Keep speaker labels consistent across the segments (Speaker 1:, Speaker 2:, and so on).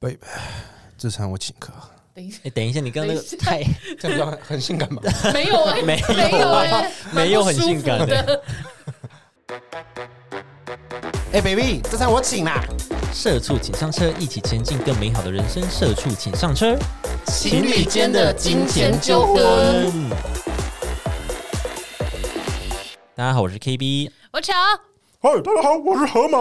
Speaker 1: babe，这场我请客，
Speaker 2: 等一下，
Speaker 3: 哎，等一下，你刚刚那
Speaker 2: 等
Speaker 3: 个
Speaker 2: 一下
Speaker 3: 太
Speaker 1: 这样不很很性感吧？
Speaker 2: 没有哎、
Speaker 3: 没有
Speaker 2: 没有哎、
Speaker 3: 没有很性感
Speaker 2: 蛮不舒服的。
Speaker 1: 哎，baby，这场我请啦，
Speaker 3: 社畜，请上车，一起前进更美好的人生。社畜，请上车。
Speaker 2: 情侣间的金钱纠纷。
Speaker 3: 大家好，我是 KB。
Speaker 2: 我巧，
Speaker 1: 嗨，大家好，我是河马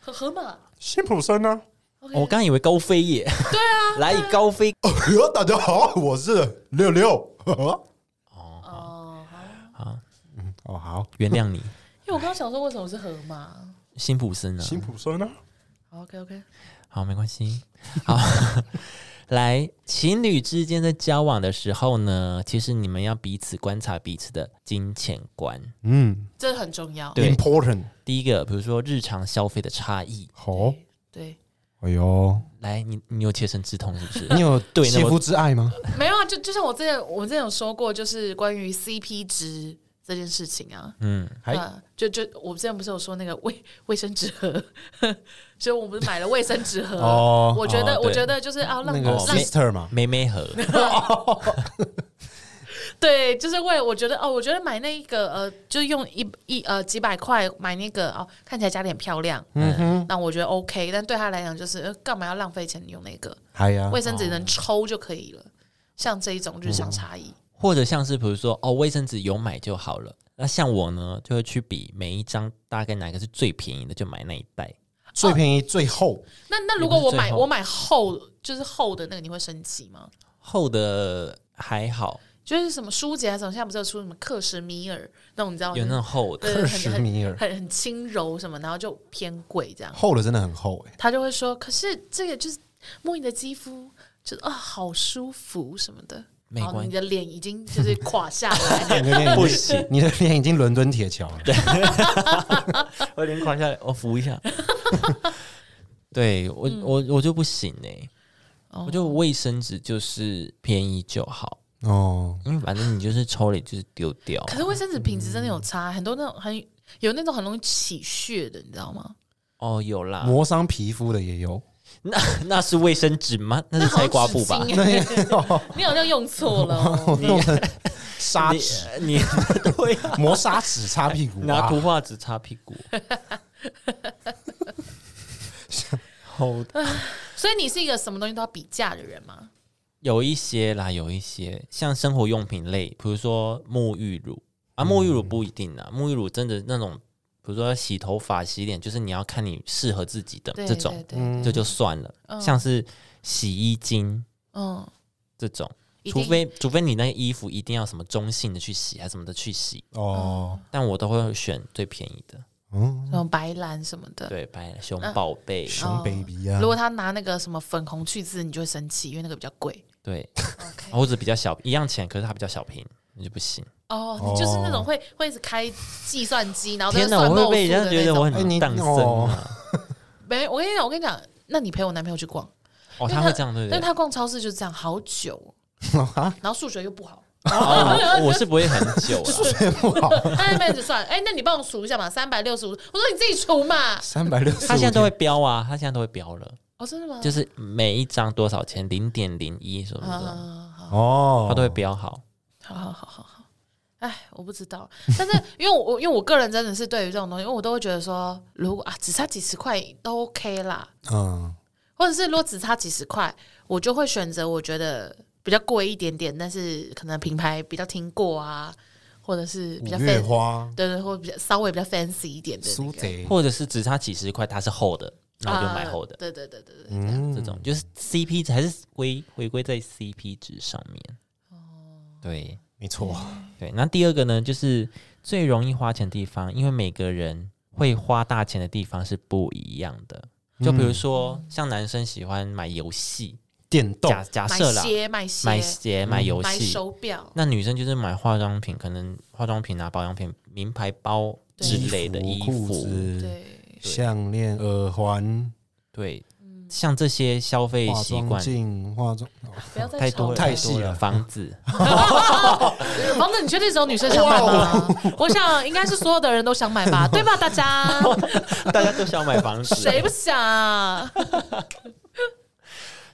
Speaker 2: 河河马。
Speaker 1: 辛普森啊呢。
Speaker 2: OK，
Speaker 3: 哦我刚以为高飞耶。对啊， 来以高飞。
Speaker 1: 呃大家好，我是六六。哦，
Speaker 2: 哦，好
Speaker 1: 好，
Speaker 3: 原谅你，
Speaker 2: 因为我刚刚想说为什么是河马。
Speaker 3: 辛普森啊。
Speaker 1: 辛普森呢？
Speaker 2: OK OK，
Speaker 3: 好，没关系。好， 来，情侣之间在交往的时候呢，其实你们要彼此观察彼此的金钱观。
Speaker 1: 嗯
Speaker 2: 这很重要。
Speaker 3: 对
Speaker 1: ，important。
Speaker 3: 第一个，比如说日常消费的差异。
Speaker 1: 好，
Speaker 2: 对，
Speaker 1: 哎呦，
Speaker 3: 来，你你有切身之痛是不是？
Speaker 1: 你有
Speaker 3: 对那
Speaker 1: 切
Speaker 3: 么
Speaker 1: 肤之爱吗？
Speaker 2: 没有啊，就就像我之前我之前有说过，就是关于 CP 值这件事情啊。
Speaker 3: 嗯，
Speaker 1: 还
Speaker 2: 啊，就就我之前不是有说那个卫卫生纸盒， 所以我们买了卫生纸盒。
Speaker 1: 哦
Speaker 2: 我觉得、
Speaker 3: 哦对
Speaker 2: 我觉得就是啊，让
Speaker 1: 那
Speaker 2: 让
Speaker 1: 个
Speaker 3: 哦
Speaker 1: sister 嘛，
Speaker 3: 妹妹 盒。
Speaker 2: 对，就是为我觉得哦，我觉得买那一个呃，就用一一呃几百块买那个哦，看起来家里很漂亮，嗯，那我觉得 OK，但对他来讲就是呃干嘛要浪费钱用那个
Speaker 1: 哎呀，
Speaker 2: 卫生纸能抽就可以了，像这一种日常差异，
Speaker 3: 或者像是比如说哦，卫生纸有买就好了。那像我呢，就会去比每一张大概哪个是最便宜的，就买那一袋。
Speaker 1: 最便宜最厚，
Speaker 2: 那那如果我
Speaker 3: 也不是
Speaker 2: 买
Speaker 3: 最厚
Speaker 2: 我买厚就是厚的那个，你会生气吗？
Speaker 3: 厚的还好，
Speaker 2: 就是什么舒洁啊，什么现在不是有出什么克什米尔那种，你知道
Speaker 3: 有那种厚的。
Speaker 2: 哦对
Speaker 1: 克什米尔
Speaker 2: 很很很轻柔什么，然后就偏贵这样。
Speaker 1: 厚的真的很厚哎。
Speaker 2: 他就会说：“可是这个就是摸你的肌肤，就啊、好舒服什么的。”
Speaker 3: 没关系
Speaker 2: 然后你的脸已经就是垮下 来，
Speaker 1: 你的脸已经
Speaker 3: 不行，
Speaker 1: 你的脸已经伦敦铁桥了。
Speaker 3: 我脸垮下来，我扶 一下。对我，我
Speaker 2: 嗯
Speaker 3: 我就不行哎、
Speaker 2: 哦
Speaker 3: 我就卫生纸就是便宜就好，
Speaker 1: 哦，
Speaker 3: 因为反正你就是抽了就是丢掉。
Speaker 2: 可是卫生纸品质真的有差，很多那种很有那种很容易起屑的，你知道吗？
Speaker 3: 哦，有啦，
Speaker 1: 磨伤皮肤的也有。
Speaker 3: 那 那是卫生纸吗？那是
Speaker 2: 好
Speaker 3: 菜
Speaker 2: 像
Speaker 3: 瓜布吧？
Speaker 2: 纸巾 欸 你好像用错了哦、
Speaker 1: 我弄成砂纸，
Speaker 3: 你 你对啊，
Speaker 1: 磨砂纸擦屁股，
Speaker 3: 拿
Speaker 1: 啊
Speaker 3: 图画纸擦屁股。好，
Speaker 2: 所以你是一个什么东西都要比价的人吗？
Speaker 3: 有一些啦，有一些像生活用品类，比如说沐浴乳啊，沐浴乳不一定啊，沐浴乳真的那种，比如说洗头发、洗脸，就是你要看你适合自己的
Speaker 2: 对
Speaker 3: 这
Speaker 2: 对
Speaker 3: 种，
Speaker 2: 对，
Speaker 3: 这就算了。
Speaker 2: 嗯
Speaker 3: 像是洗衣精
Speaker 2: 嗯，
Speaker 3: 这种，
Speaker 2: 一定
Speaker 3: 除非除非你那个衣服一定要什么中性的去洗，还是什么的去洗，
Speaker 1: 哦，
Speaker 3: 但我都会选最便宜的，
Speaker 1: 嗯，
Speaker 2: 那种白兰什么的。
Speaker 3: 对，白熊宝
Speaker 2: 嗯
Speaker 3: 贝，
Speaker 1: 熊 baby 呀
Speaker 2: 如，果他拿那个什么粉红去渍，你就会生气，因为那个比较贵。
Speaker 3: 对，
Speaker 2: OK，
Speaker 3: 或者比较小一样钱，可是它比较小瓶，那就不行。
Speaker 2: 哦，你就是那种会会一直开计算机，然后在
Speaker 3: 天
Speaker 2: 哦那算
Speaker 3: 我会
Speaker 2: 漏
Speaker 3: 不会被
Speaker 2: 数
Speaker 3: 人
Speaker 2: 的
Speaker 3: 家
Speaker 2: 那
Speaker 3: 觉得我
Speaker 2: 种。
Speaker 1: 哎
Speaker 3: 很
Speaker 1: 你
Speaker 3: 荡生 啊？
Speaker 2: 没，我跟你讲，我跟你讲，那你陪我男朋友去逛，
Speaker 3: 哦，
Speaker 2: 因为
Speaker 3: 他会这样对不啊
Speaker 2: 但
Speaker 3: 对？
Speaker 2: 他逛超市就是这样，好 久，然后数学又不好，
Speaker 3: 哦，我我是不会很久啊。
Speaker 1: 对 不好，
Speaker 2: 他那边子算，哎，那你帮我数一下嘛，三百六十五，我说你自己除嘛。
Speaker 1: 三百六十，
Speaker 3: 他现在都会标啊，他现在都会标了，
Speaker 2: 哦，真的吗？
Speaker 3: 就是每一张多少钱，零点零一什么的，
Speaker 2: 啊，好
Speaker 1: 哦，
Speaker 3: 他都会标好。
Speaker 2: 好好好好好，哎，我不知道，但是因为我因为我个人真的是对于这种东西，因为我都会觉得说，如果啊只差几十块都 OK 啦，
Speaker 1: 嗯，
Speaker 2: 或者是如果只差几十块，我就会选择我觉得比较贵一点点，但是可能品牌比较听过啊，或者是比较
Speaker 1: 五月
Speaker 2: fancy，
Speaker 1: 花，
Speaker 2: 对对，或者比较稍微比较 fancy 一点的、那
Speaker 1: 苏
Speaker 2: 个，
Speaker 1: 贼，
Speaker 3: 或者是只差几十块，它是厚的，那我就买厚
Speaker 2: 啊
Speaker 3: 的。
Speaker 2: 对对对对对，
Speaker 3: 这
Speaker 1: 嗯
Speaker 3: 种就是 CP 值还是回回归在 CP 值上面。
Speaker 2: 哦
Speaker 3: 对
Speaker 1: 没错，
Speaker 3: 对。那第二个呢，就是最容易花钱的地方，因为每个人会花大钱的地方是不一样的。就
Speaker 1: 嗯
Speaker 3: 比如说，像男生喜欢买游戏，
Speaker 1: 电动
Speaker 3: 假假
Speaker 2: 买
Speaker 3: 设啦，
Speaker 2: 鞋买鞋
Speaker 3: 买鞋、买游
Speaker 2: 买
Speaker 3: 戏，
Speaker 2: 手表，
Speaker 3: 那女生就是买化妆品，可能化妆品啊、保养品、名牌包
Speaker 2: 对
Speaker 3: 之类的衣
Speaker 1: 裤
Speaker 3: 服，
Speaker 1: 子、
Speaker 2: 对。
Speaker 1: 项链、耳环、
Speaker 3: 对，
Speaker 2: 嗯
Speaker 3: 像这些消费
Speaker 1: 化
Speaker 3: 习
Speaker 1: 妆
Speaker 3: 惯
Speaker 1: 镜、化妆，哦
Speaker 2: 不要再
Speaker 3: 太多了，
Speaker 2: 吵
Speaker 1: 太
Speaker 2: 了
Speaker 1: 细
Speaker 3: 多
Speaker 1: 了
Speaker 3: 了，房子
Speaker 2: 房子，你确定只有女生想买吗？我想应该是所有的人都想买吧，对吧？大家
Speaker 3: 大家都想买房子，
Speaker 2: 谁不想啊？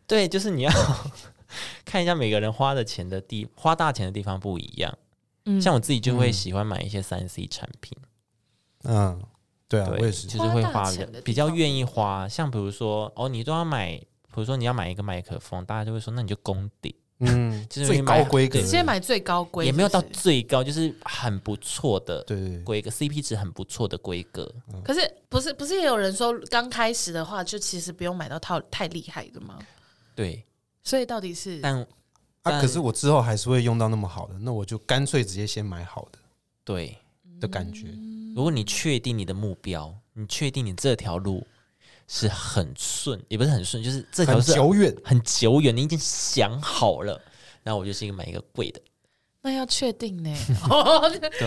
Speaker 3: 对，就是你要 看一下每个人花的钱的地花大钱的地方不一样。
Speaker 2: 嗯
Speaker 3: 像我自己就会喜欢买一些三 C 产品，
Speaker 1: 嗯，对啊，
Speaker 3: 对，
Speaker 1: 我也是
Speaker 3: 就。是会
Speaker 2: 花大
Speaker 3: 花比
Speaker 2: 钱
Speaker 3: 较
Speaker 2: 的地
Speaker 3: 比较
Speaker 2: 方
Speaker 3: 愿意花。像比如说，哦，你都要买，比如说你要买一个麦克风，大家就会说，那你就功底，
Speaker 1: 嗯，
Speaker 3: 就是
Speaker 1: 最
Speaker 3: 你买
Speaker 1: 高规格
Speaker 3: 对
Speaker 1: 的，
Speaker 2: 直接买最高规，
Speaker 3: 也没有到
Speaker 2: 是不是
Speaker 3: 最高，就是很不错的
Speaker 1: 对嗯对对，
Speaker 3: 规格，CP 值很不错的规格。
Speaker 2: 可是不是不是也有人说刚开始的话，就其实不用买到套太厉害的吗？
Speaker 3: 对，
Speaker 2: 所以到底是
Speaker 3: 但
Speaker 1: 啊，
Speaker 3: 但
Speaker 1: 可是我之后还是会用到那么好的，那我就干脆直接先买好的
Speaker 3: 对，
Speaker 1: 的感觉。
Speaker 2: 嗯
Speaker 3: 如果你确定你的目标，你确定你这条路是很顺，也不是很顺，就是这条
Speaker 1: 很
Speaker 3: 路是
Speaker 1: 久远，
Speaker 3: 很久远，你已经想好了。然后我就是一个买一个贵的，
Speaker 2: 那要确定 呢？
Speaker 3: 对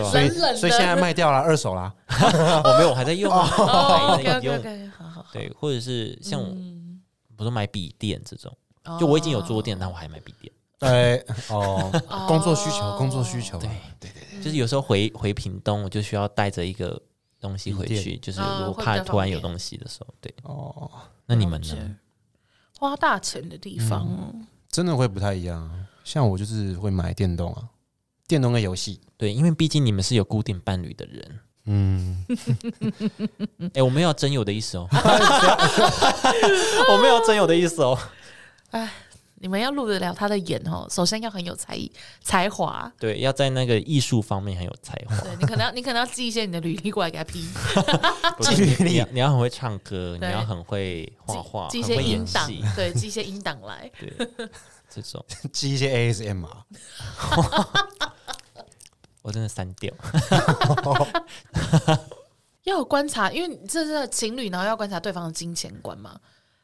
Speaker 3: 吧
Speaker 1: 所以
Speaker 2: 冷冷的
Speaker 1: 所以现在卖掉了二手啦。
Speaker 3: 我没有，我还在用啊，
Speaker 2: 哦
Speaker 3: 还
Speaker 2: ，OK
Speaker 3: 在
Speaker 2: OK
Speaker 3: 用。
Speaker 2: OK，好好好，
Speaker 3: 对，或者是像我，
Speaker 2: 嗯
Speaker 3: 比如说买笔电这种，
Speaker 2: 哦
Speaker 3: 就我已经有桌垫，但我还买笔电。
Speaker 1: 哎， 哦
Speaker 2: 哦，
Speaker 1: 工作需求，工作需求啊，
Speaker 3: 哦对就是有时候回回屏东，我就需要带着一个东西回
Speaker 1: 笔
Speaker 3: 去，就是
Speaker 2: 啊
Speaker 3: 如
Speaker 2: 会
Speaker 3: 果
Speaker 2: 比
Speaker 3: 怕
Speaker 2: 较
Speaker 3: 突然
Speaker 2: 方
Speaker 3: 有
Speaker 2: 便
Speaker 3: 东西的时候，对。
Speaker 1: 哦，
Speaker 3: 那你们
Speaker 2: 了解
Speaker 3: 呢？
Speaker 2: 花大钱的地方哦，
Speaker 3: 嗯
Speaker 1: 真的会不太一样啊。像我就是会买电动啊，电动跟游戏，
Speaker 3: 对，因为毕竟你们是有固定伴侣的人。
Speaker 1: 嗯，
Speaker 3: 哎、我没有要真有的意思哦， 我没有要真有的意思哦。
Speaker 2: 你们要录得了他的眼哦，首先要很有才艺才华。
Speaker 3: 对，要在那个艺术方面很有才华。
Speaker 2: 对你可能要，你可能要寄一些你的履历过来给他批，
Speaker 3: 不是
Speaker 1: 记忆力
Speaker 3: 你你要你要很会唱歌，你
Speaker 2: 啊对
Speaker 3: 要很会画画，
Speaker 2: 寄
Speaker 3: 很
Speaker 2: 一些
Speaker 3: 会
Speaker 2: 音
Speaker 3: 演
Speaker 2: 档
Speaker 3: 戏，，
Speaker 2: 对，寄一些音档来。
Speaker 3: 对， 这种
Speaker 1: 记一些 ASM 啊，
Speaker 3: 我真的删掉。
Speaker 2: 要有观察，因为这是情侣，然后要观察对方的金钱观嘛。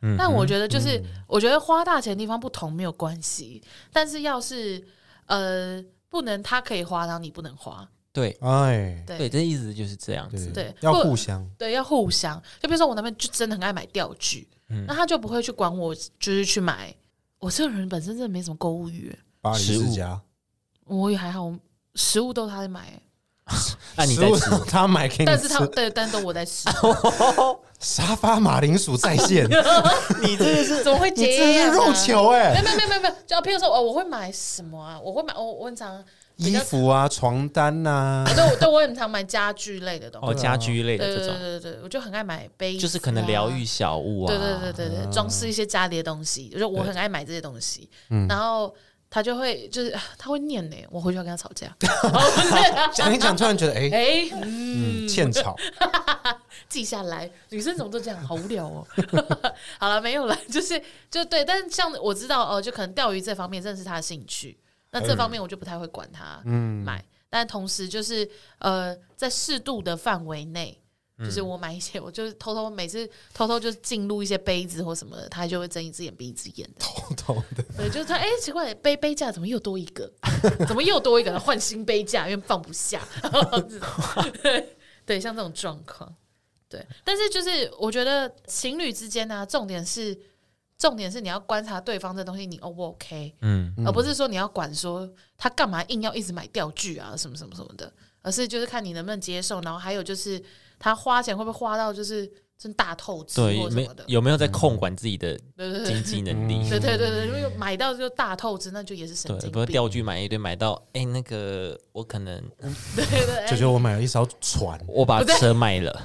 Speaker 1: 嗯
Speaker 2: 但我觉得就是，我觉得花大钱的地方不同没有关系，但是要是呃，不能他可以花，然后你不能花，
Speaker 3: 对
Speaker 1: 哎，
Speaker 2: 对
Speaker 3: 对，这意思就是这样子。
Speaker 2: 对
Speaker 1: 要
Speaker 2: 或
Speaker 1: 互相，
Speaker 2: 对，要互相。就比如说我男朋友就真的很爱买钓具，
Speaker 1: 嗯
Speaker 2: 那他就不会去管我，就是去买。我这个人本身真的没什么购物欲，
Speaker 1: 巴黎
Speaker 3: 食
Speaker 1: 世
Speaker 3: 物
Speaker 1: 家，
Speaker 2: 我也还好，我食物都是他在买，
Speaker 3: 那你
Speaker 1: 食
Speaker 3: 在
Speaker 1: 物
Speaker 3: 吃，
Speaker 1: 他买给你
Speaker 2: 但是他
Speaker 1: 吃，哦
Speaker 2: 对，但都我在 吃，
Speaker 1: 沙发马铃薯在 线，
Speaker 3: 你这个是
Speaker 2: 怎么会
Speaker 1: 你
Speaker 2: 这
Speaker 1: 这
Speaker 2: 样、
Speaker 1: 是肉
Speaker 2: 啊？
Speaker 1: 球 哎、
Speaker 2: 没有没有没有没有，就譬如说，哦，我会买什么啊？我会买，我我很常，比
Speaker 1: 衣
Speaker 2: 较
Speaker 1: 服啊，床单啊呐、
Speaker 2: 对我对我很常买家具类的东
Speaker 3: 哦，
Speaker 2: 西。
Speaker 3: 家居类
Speaker 2: 对
Speaker 3: 的
Speaker 2: 对
Speaker 3: 这
Speaker 2: 对
Speaker 3: 种，
Speaker 2: 对对，我就很爱买杯子啊、
Speaker 3: 就是可能疗愈小物啊。
Speaker 2: 对对对对对，装饰一些家里的东西，我就我很爱买这些东西。
Speaker 3: 嗯
Speaker 2: 然后他就会就是啊他会念呢，我回去要跟他吵 架。
Speaker 1: 讲一讲，突然觉得哎、
Speaker 2: 哎，嗯，
Speaker 1: 嗯欠吵，
Speaker 2: 记下来。女生怎么都这样，好无聊哦。 好了，没有了，就是就对。但是像我知道哦、就可能钓鱼这方面真的是他的兴趣，那这方面我就不太会管他
Speaker 1: 嗯，
Speaker 2: 买。但同时就是呃，在适度的范围内。就是我买一些，我就是偷偷每次偷偷就是进入一些杯子或什么的，他就会睁一只眼闭一只眼的。
Speaker 1: 不懂 的，
Speaker 2: 对，就是他哎、奇怪，杯杯架怎么又多一个？ 怎么又多一个？换新杯架，因为放不下。这 种对对，像这种状况，对。但是就是我觉得情侣之间呢、啊重点是重点是你要观察对方这东西你 O 不 OK，
Speaker 3: 嗯，
Speaker 2: 而不是说你要管说他干嘛硬要一直买钓具啊什么什么什么的，而是就是看你能不能接受，然后还有就是他花钱会不会花到就是真大透支
Speaker 3: 对，
Speaker 2: 或什
Speaker 3: 没
Speaker 2: 么的，
Speaker 3: 有没有在控管自己的
Speaker 2: 对对对
Speaker 3: 经济能力？
Speaker 2: 对对对对，如果买到就大透支，那就也是神
Speaker 3: 嗯对，
Speaker 2: 经
Speaker 3: 不是
Speaker 2: 病。
Speaker 3: 钓具买一堆，买到哎、那个我可能
Speaker 2: 对对对，
Speaker 1: 就觉得我买了一艘船，
Speaker 3: 我把车卖了，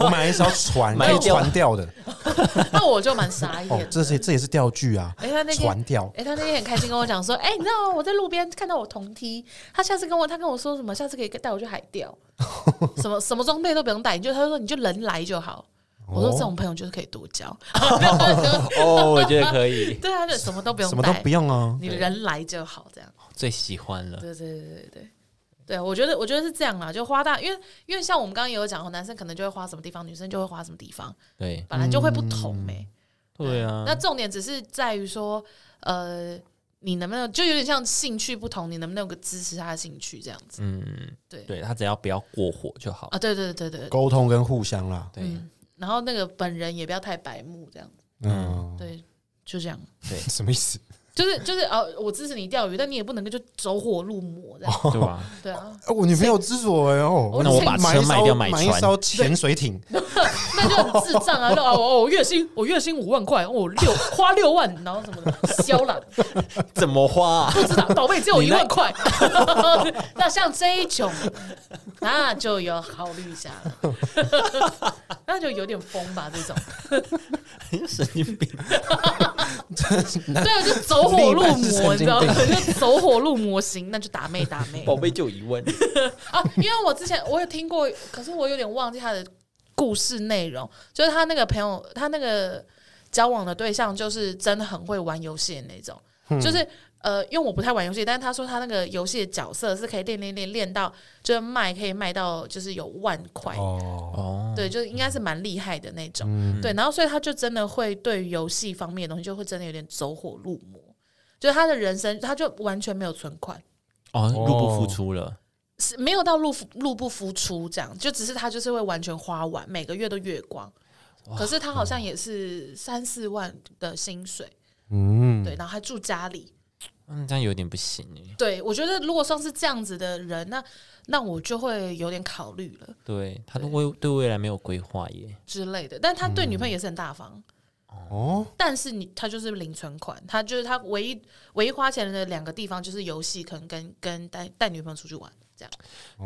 Speaker 1: 我买了一艘船，
Speaker 3: 买
Speaker 1: 可以
Speaker 3: 掉
Speaker 1: 船钓的，
Speaker 2: 那我就蛮傻眼
Speaker 1: 哦
Speaker 2: 的。，
Speaker 1: 这是这也是钓具啊
Speaker 2: 哎他那，天
Speaker 1: 船钓，
Speaker 2: 哎、他那天很开心跟我讲说，哎、你知道吗我在路边看到我同梯，他下次跟我，他跟我说什么，下次可以带我去海 钓，什么什么装备都不用带，你就他就说你就人来就好。我说
Speaker 1: 哦
Speaker 2: 这种朋友就是可以多交，
Speaker 3: 哦，我觉得可以，
Speaker 2: 对啊，就什么都不用
Speaker 1: 什
Speaker 2: 带，
Speaker 1: 么都不用哦，
Speaker 2: 你人来就好，这样。
Speaker 3: 最喜欢了。
Speaker 2: 对对对对对，对我觉得我觉得是这样啦，就花大，因为因为像我们刚刚也有讲过，男生可能就会花什么地方，女生就会花什么地方，
Speaker 3: 对
Speaker 2: 本来就会不同
Speaker 1: 嗯
Speaker 2: 哎、
Speaker 3: 对啊，
Speaker 2: 那重点只是在于说，呃，你能不能就有点像兴趣不同，你能不能有个支持他的兴趣这样子？
Speaker 3: 嗯，
Speaker 2: 对
Speaker 3: 对他只要不要过火就好。
Speaker 2: 啊，对对对对对。
Speaker 1: 沟通跟互相啦，
Speaker 3: 对
Speaker 2: 然后那个本人也不要太白目这样子，
Speaker 1: 嗯，
Speaker 2: 对，就这样。
Speaker 1: 什么意思？
Speaker 2: 就是就是呃，我支持你钓鱼，但你也不能够就走火入魔这样。
Speaker 3: 对吧？
Speaker 2: 对啊，
Speaker 1: 哎我女朋友之所哎哦，
Speaker 2: 那我
Speaker 3: 把
Speaker 1: 买一
Speaker 3: 车卖
Speaker 1: 艘
Speaker 3: 掉买
Speaker 1: 买一
Speaker 3: 船
Speaker 1: 艘潜水艇，
Speaker 2: 那就很智障啊！就啊我我月薪我月薪五万块，我六花六万，然后什么的， 肖朗
Speaker 3: 怎么花、啊？
Speaker 2: 不知道，宝贝只有
Speaker 3: 你
Speaker 2: 一
Speaker 3: 那
Speaker 2: 万块。 那像这一种，那就要考虑一下了，那就有点疯吧这种。
Speaker 3: 你神经病！
Speaker 2: 对啊，就走火入
Speaker 1: 另一半是
Speaker 2: 魔，
Speaker 1: 神
Speaker 2: 你知
Speaker 1: 经
Speaker 2: 道吗？
Speaker 1: 病
Speaker 2: 就走火入魔型，那就打妹打妹
Speaker 3: 宝贝就有一问，
Speaker 2: 啊！因为我之前我有听过，可是我有点忘记他的故事内容。就是他那个朋友，他那个交往的对象，就是真的很会玩游戏的那种，
Speaker 1: 嗯
Speaker 2: 就是。呃，因为我不太玩游戏，但是他说他那个游戏的角色是可以练练练练到，就是卖可以卖到就是有万块，
Speaker 1: 哦，
Speaker 3: 哦，
Speaker 2: 对，就是应该是蛮厉害的那种。
Speaker 1: 嗯，
Speaker 2: 对，然后所以他就真的会对于游戏方面的东西就会真的有点走火入魔，就是他的人生他就完全没有存款，
Speaker 3: 哦，入不敷出了，
Speaker 2: 是没有到入不入不敷出这样，就只是他就是会完全花完，每个月都月光。可是他好像也是三四万的薪水，
Speaker 1: 嗯，
Speaker 2: 对，然后还住家里。
Speaker 3: 嗯，这样有点不行哎。
Speaker 2: 对我觉得如果算是这样子的人，那那我就会有点考虑了
Speaker 3: 对他都未对未来没有规划耶，
Speaker 2: 之类的。但他对女朋友也是很大方，
Speaker 1: 嗯哦，
Speaker 2: 但是你他就是零存款，他就是他唯一唯一花钱的两个地方就是游戏，可能跟跟带带女朋友出去玩这样。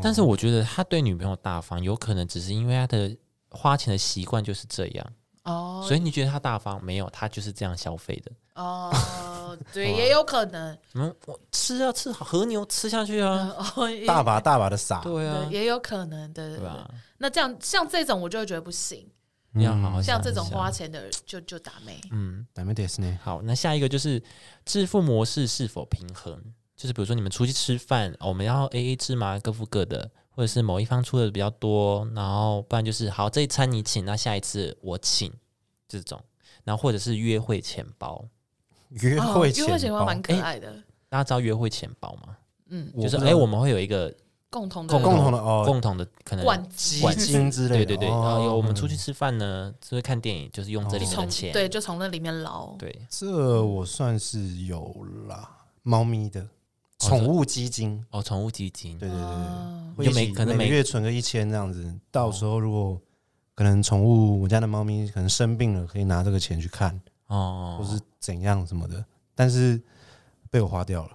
Speaker 3: 但是我觉得他对女朋友大方，有可能只是因为他的花钱的习惯就是这样，
Speaker 2: 哦
Speaker 3: 所以你觉得他大方没有？他就是这样消费的。
Speaker 2: 哦，对，也有可能，
Speaker 3: 嗯，我吃啊吃好和牛吃下去啊，
Speaker 2: 哦，也
Speaker 1: 大把大把的撒，
Speaker 3: 对啊，
Speaker 2: 也有可能的。对
Speaker 3: 对啊吧？
Speaker 2: 那这样像这种我就会觉得不行，
Speaker 3: 你要好好想
Speaker 2: 像
Speaker 3: 一
Speaker 2: 这种
Speaker 3: 想
Speaker 2: 花，钱的就就打妹。
Speaker 3: 嗯，
Speaker 1: ダメですね。
Speaker 3: 好，那下一个就是支付模式是否平衡？就是比如说你们出去吃饭，哦我们要 A A 制吗？各付各的，或者是某一方出的比较多，然后不然就是好这一餐你请，那下一次我请这种，然后或者是约会钱包。
Speaker 1: 约
Speaker 2: 哦，
Speaker 1: 会
Speaker 2: 约会情
Speaker 1: 钱包
Speaker 2: 况蛮可爱的，
Speaker 3: 大家知道约会钱包吗？
Speaker 2: 嗯，
Speaker 3: 就是
Speaker 1: 我不
Speaker 3: 哎、
Speaker 1: 知道
Speaker 3: 我们会有一个
Speaker 2: 共同的
Speaker 3: 共
Speaker 1: 共同的哦，
Speaker 3: 共同的可能
Speaker 2: 管
Speaker 1: 基
Speaker 3: 管
Speaker 1: 金之类的，
Speaker 3: 对对对，
Speaker 1: 哦
Speaker 3: 然后有我们出去吃饭呢，就是看电影，就是用这里面的
Speaker 2: 从
Speaker 3: 钱，
Speaker 2: 哦对，就从那里面捞。
Speaker 3: 对
Speaker 1: 这我算是有啦，猫咪的宠物基金，
Speaker 3: 哦，宠物基金，
Speaker 1: 对对对对
Speaker 2: 哦
Speaker 1: 会
Speaker 3: 就
Speaker 1: 一
Speaker 3: 每
Speaker 1: 起
Speaker 3: 可能
Speaker 1: 每
Speaker 3: 每
Speaker 1: 个月存个一千这样子，到时候如果可能宠物我家的猫咪可能生病了，可以拿这个钱去看，
Speaker 3: 哦，
Speaker 1: 或是怎样什么的，但是被我花掉了。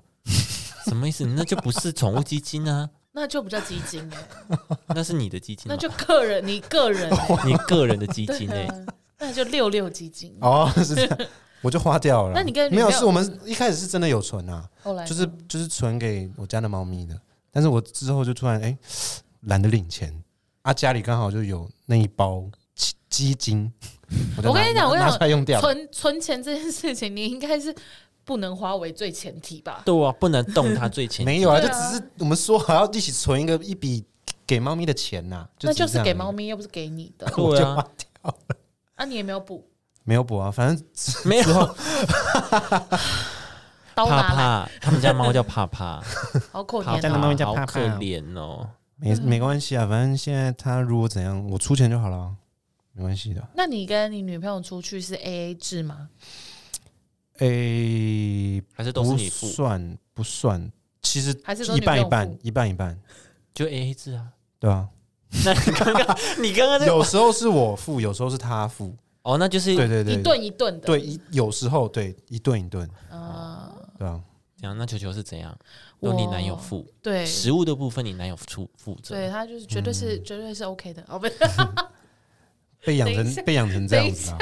Speaker 3: 什么意思？那就不是宠物基金啊，
Speaker 2: 那就不叫基金哎，
Speaker 3: 那是你的基金嘛，
Speaker 2: 那就个人你个人欸
Speaker 3: 你个人的基 金欸
Speaker 2: 对
Speaker 3: 诶、
Speaker 2: 啊那就六六基金。
Speaker 1: 哦， 是这样，我就花掉了。
Speaker 2: 那你跟
Speaker 1: 没有
Speaker 2: 女朋友哎
Speaker 1: 是我们一开始是真的有存啊，
Speaker 2: 后来呢
Speaker 1: 就是就是存给我家的猫咪的，但是我之后就突然哎懒得领钱啊，家里刚好就有那一包基基金，就
Speaker 2: 我跟
Speaker 1: 拿
Speaker 2: 你讲我跟你
Speaker 1: 拿
Speaker 2: 讲
Speaker 1: 出来用掉了。
Speaker 2: 存存钱这件事情，你应该是不能花为最前提吧？
Speaker 3: 对啊，不能动它最前，
Speaker 1: 没有啊，就
Speaker 2: 对
Speaker 1: 只
Speaker 2: 啊
Speaker 1: 是我们说好要一起存一个一笔给猫咪的钱呐、
Speaker 2: 那就是给猫
Speaker 1: 咪，
Speaker 2: 咪，又不是给你的
Speaker 3: 对啊
Speaker 1: 我就花掉了
Speaker 2: 啊，你也没有补，
Speaker 1: 没有补啊，反正
Speaker 3: 没有
Speaker 2: 刀
Speaker 3: 怕
Speaker 2: 拿来，
Speaker 3: 怕，他们家猫叫怕 怕，
Speaker 2: 好可
Speaker 3: 怕
Speaker 2: 怜
Speaker 1: 家
Speaker 2: 啊
Speaker 1: 的！猫咪叫
Speaker 3: 好
Speaker 1: 怕
Speaker 3: 可
Speaker 1: 怕哦
Speaker 3: 怜哦。
Speaker 1: 没
Speaker 2: 嗯
Speaker 1: 没关系啊，反正现在它如果怎样，我出钱就好了啊，没关系的。
Speaker 2: 那你跟你女朋友出去是 A A 制吗？
Speaker 1: 诶、
Speaker 3: 还是都是
Speaker 1: 不
Speaker 3: 你付，
Speaker 1: 算不算，其实
Speaker 2: 还是都
Speaker 1: 一
Speaker 2: 女朋
Speaker 1: 半
Speaker 2: 友
Speaker 1: 一
Speaker 2: 付
Speaker 1: 半，一半一半，
Speaker 3: 就 A A 制啊。
Speaker 1: 对啊。
Speaker 3: 那你刚刚你刚刚 在
Speaker 1: 有时候是我付，有时候是他付，
Speaker 3: 哦，那就是
Speaker 1: 对对
Speaker 2: 一
Speaker 1: 对，
Speaker 2: 顿一顿的，
Speaker 1: 对一有时候对一顿一顿，
Speaker 2: 啊，
Speaker 1: 对啊。
Speaker 3: 这样。那球球是怎样？都你
Speaker 2: 我
Speaker 3: 男友付，
Speaker 2: 对
Speaker 3: 食物的部分你男友出负责。
Speaker 2: 对，他就是绝对
Speaker 1: 嗯
Speaker 2: 是绝对是 OK 的，哦不是，
Speaker 1: 被养
Speaker 2: 等一下
Speaker 1: 成被养成这样子啊，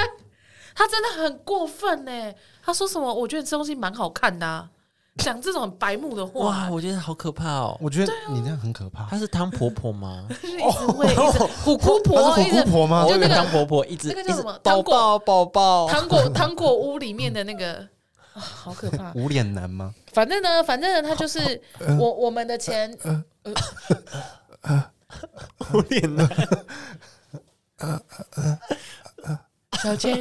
Speaker 2: 他真的很过分呢。他说什么？我觉得这东西蛮好看的啊，讲这种很白目的
Speaker 3: 哇，
Speaker 2: 话，
Speaker 3: 我觉得好可怕哦。
Speaker 1: 我觉得你这样很可怕。
Speaker 3: 她是汤婆婆吗？
Speaker 2: 就是一直 会一直虎姑婆，
Speaker 1: 她
Speaker 2: 一
Speaker 1: 哦是虎
Speaker 2: 直
Speaker 1: 姑婆吗
Speaker 3: 我？以
Speaker 2: 就那
Speaker 3: 为
Speaker 2: 个
Speaker 3: 汤婆婆一直
Speaker 2: 那个
Speaker 3: 一
Speaker 2: 叫
Speaker 3: 直
Speaker 2: 什么
Speaker 3: 宝
Speaker 2: 糖果
Speaker 3: 宝宝宝，
Speaker 2: 糖果糖果屋里面的那个。啊好可怕！
Speaker 1: 无脸男吗？
Speaker 2: 反正呢，反正呢，他就是
Speaker 1: 呃
Speaker 2: 我我们的钱，
Speaker 3: 无脸男，
Speaker 2: 小千，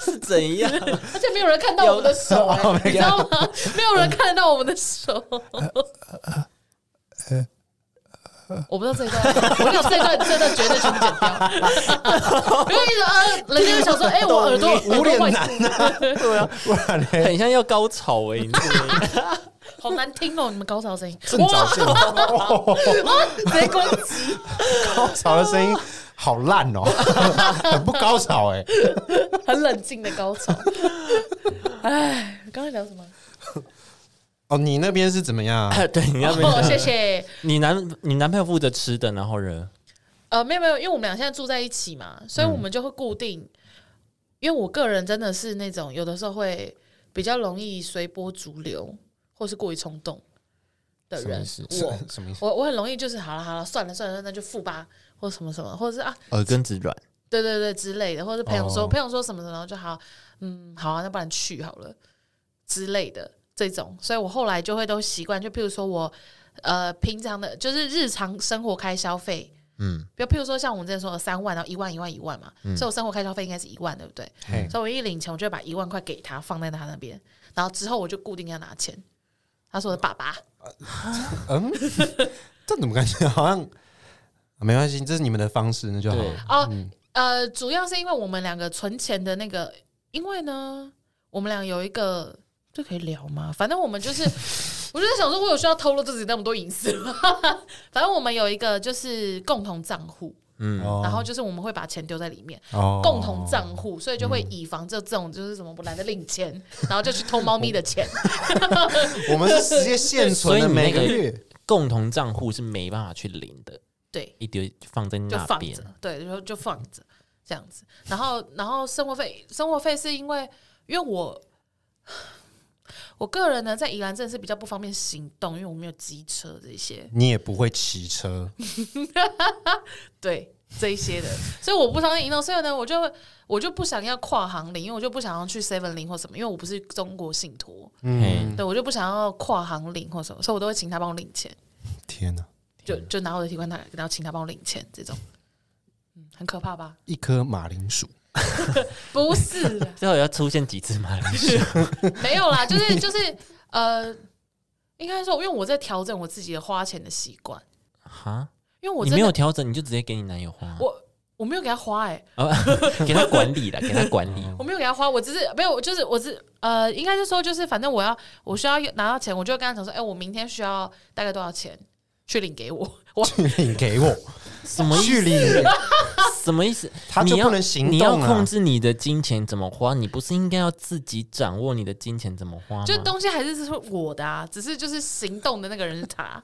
Speaker 3: 是怎样？
Speaker 2: 而且没有人看到我们的手、
Speaker 1: 有
Speaker 2: 哎你知道吗？没有人看得到我们的手。我不知道这一段，我跟你讲这一段这一段绝对全部剪掉，因为一直呃，人家就想说，哎、我耳朵
Speaker 1: 懂你
Speaker 2: 耳朵
Speaker 1: 无
Speaker 2: 坏
Speaker 1: 脸
Speaker 2: 死了，
Speaker 1: 对啊，不然嘞，
Speaker 3: 很像要高潮哎、欸，你这个
Speaker 2: 好难听哦，你们高潮声音，
Speaker 1: 正早见，哦
Speaker 2: 直接攻击，
Speaker 1: 高潮的声音好烂哦， 很不高潮哎。
Speaker 2: 很冷静的高潮。哎，刚才聊什么？
Speaker 1: 哦，你那边是怎么样啊？
Speaker 3: 对，你要没
Speaker 2: 哦，谢谢。
Speaker 3: 你男你男朋友负责吃的，然后呢？
Speaker 2: 呃，没有没有，因为我们俩现在住在一起嘛，所以
Speaker 3: 嗯
Speaker 2: 我们就会固定。因为我个人真的是那种有的时候会比较容易随波逐流，或是过于冲动的
Speaker 3: 什么
Speaker 2: 人
Speaker 3: 意思。
Speaker 2: 我
Speaker 1: 什么意思？
Speaker 2: 我我很容易就是好了好了，算了算了，那就付吧，或者什么什么，或者是啊，
Speaker 1: 呃
Speaker 3: 耳根子软，
Speaker 2: 对对对之类的，或者是朋友说、
Speaker 1: 哦
Speaker 2: 朋友说什么什么，然后就好，嗯，好啊，那不然去好了之类的这种，所以我后来就会都习惯，就譬如说我呃平常的就是日常生活开销费，
Speaker 3: 嗯，
Speaker 2: 比如譬如说像我们之前说的三万，然后一万一万一万嘛，所以我生活开销费应该是一万，对不对？
Speaker 1: 嘿
Speaker 2: 所以我一领钱，我就会把一万块给他放在他那边，然后之后我就固定要拿钱。他是我的爸爸，
Speaker 1: 嗯， 这怎么感觉好像啊没关系？这是你们的方式，那就好。
Speaker 3: 对
Speaker 2: 哦，
Speaker 1: 嗯
Speaker 2: 呃，主要是因为我们两个存钱的那个，因为呢，我们俩有一个，这可以聊吗？反正我们就是， 我就在想说，我有需要透露自己那么多隐私吗？ 反正我们有一个就是共同账户，
Speaker 3: 嗯
Speaker 1: 哦
Speaker 2: 然后就是我们会把钱丢在里面，
Speaker 1: 哦
Speaker 2: 共同账户，所以就会以防这这种就是什么我懒得领钱，然后就去偷猫咪 的钱。
Speaker 1: 我们是直接现存的，
Speaker 3: 所以你那
Speaker 1: 每
Speaker 3: 个
Speaker 1: 个月
Speaker 3: 共同账户是没办法去领的，
Speaker 2: 对，
Speaker 3: 一丢放在
Speaker 2: 就
Speaker 3: 那
Speaker 2: 放
Speaker 3: 边嗯
Speaker 2: 着，，对，就就放着这样子。然后，然后生活费，生活费是因为因为我我个人呢，在宜兰真的是比较不方便行动，因为我没有机车这些，
Speaker 1: 你也不会骑车，
Speaker 2: 对这一些的，所以我不方便移动，所以呢，我就我就不想要跨行领，因为我就不想要去 Seven 领或什么，因为我不是中国信托，
Speaker 3: 嗯
Speaker 1: 嗯，
Speaker 2: 对我就不想要跨行领或什么，所以我都会请他帮我领钱，
Speaker 1: 天哪，
Speaker 2: 就就拿我的提款卡，然后请他帮我领钱这种。嗯，很可怕吧？
Speaker 1: 一颗马铃薯，
Speaker 2: 不是啦，
Speaker 3: 最后要出现几次马铃薯？
Speaker 2: 没有啦，就是 就是呃，应该说，因为我在调整我自己的花钱的习惯，
Speaker 3: 哈，
Speaker 2: 因为我
Speaker 3: 你
Speaker 2: 真
Speaker 3: 没有
Speaker 2: 的
Speaker 3: 调整，你就直接给你男友花、啊，
Speaker 2: 我我没有给他花哎、
Speaker 3: 给他管理了，给他管 理。
Speaker 2: 我没有给他花，我只是没有，就是我只呃，应该是说就是反正我要我需要拿到钱，我就会跟他讲说，哎、我明天需要大概多少钱去领给我， 我
Speaker 3: 啊
Speaker 1: 去领 给我，
Speaker 3: 什么意
Speaker 1: 去领，
Speaker 3: 什么意思？
Speaker 1: 他就
Speaker 3: 你要
Speaker 1: 不能行
Speaker 3: 你要
Speaker 1: 动
Speaker 3: 控
Speaker 1: 啊。
Speaker 3: 制你的金钱怎么花，你不是应该要自己掌握你的金钱怎么花吗？
Speaker 2: 就东西还是是我的啊，只是就是行动的那个人是他，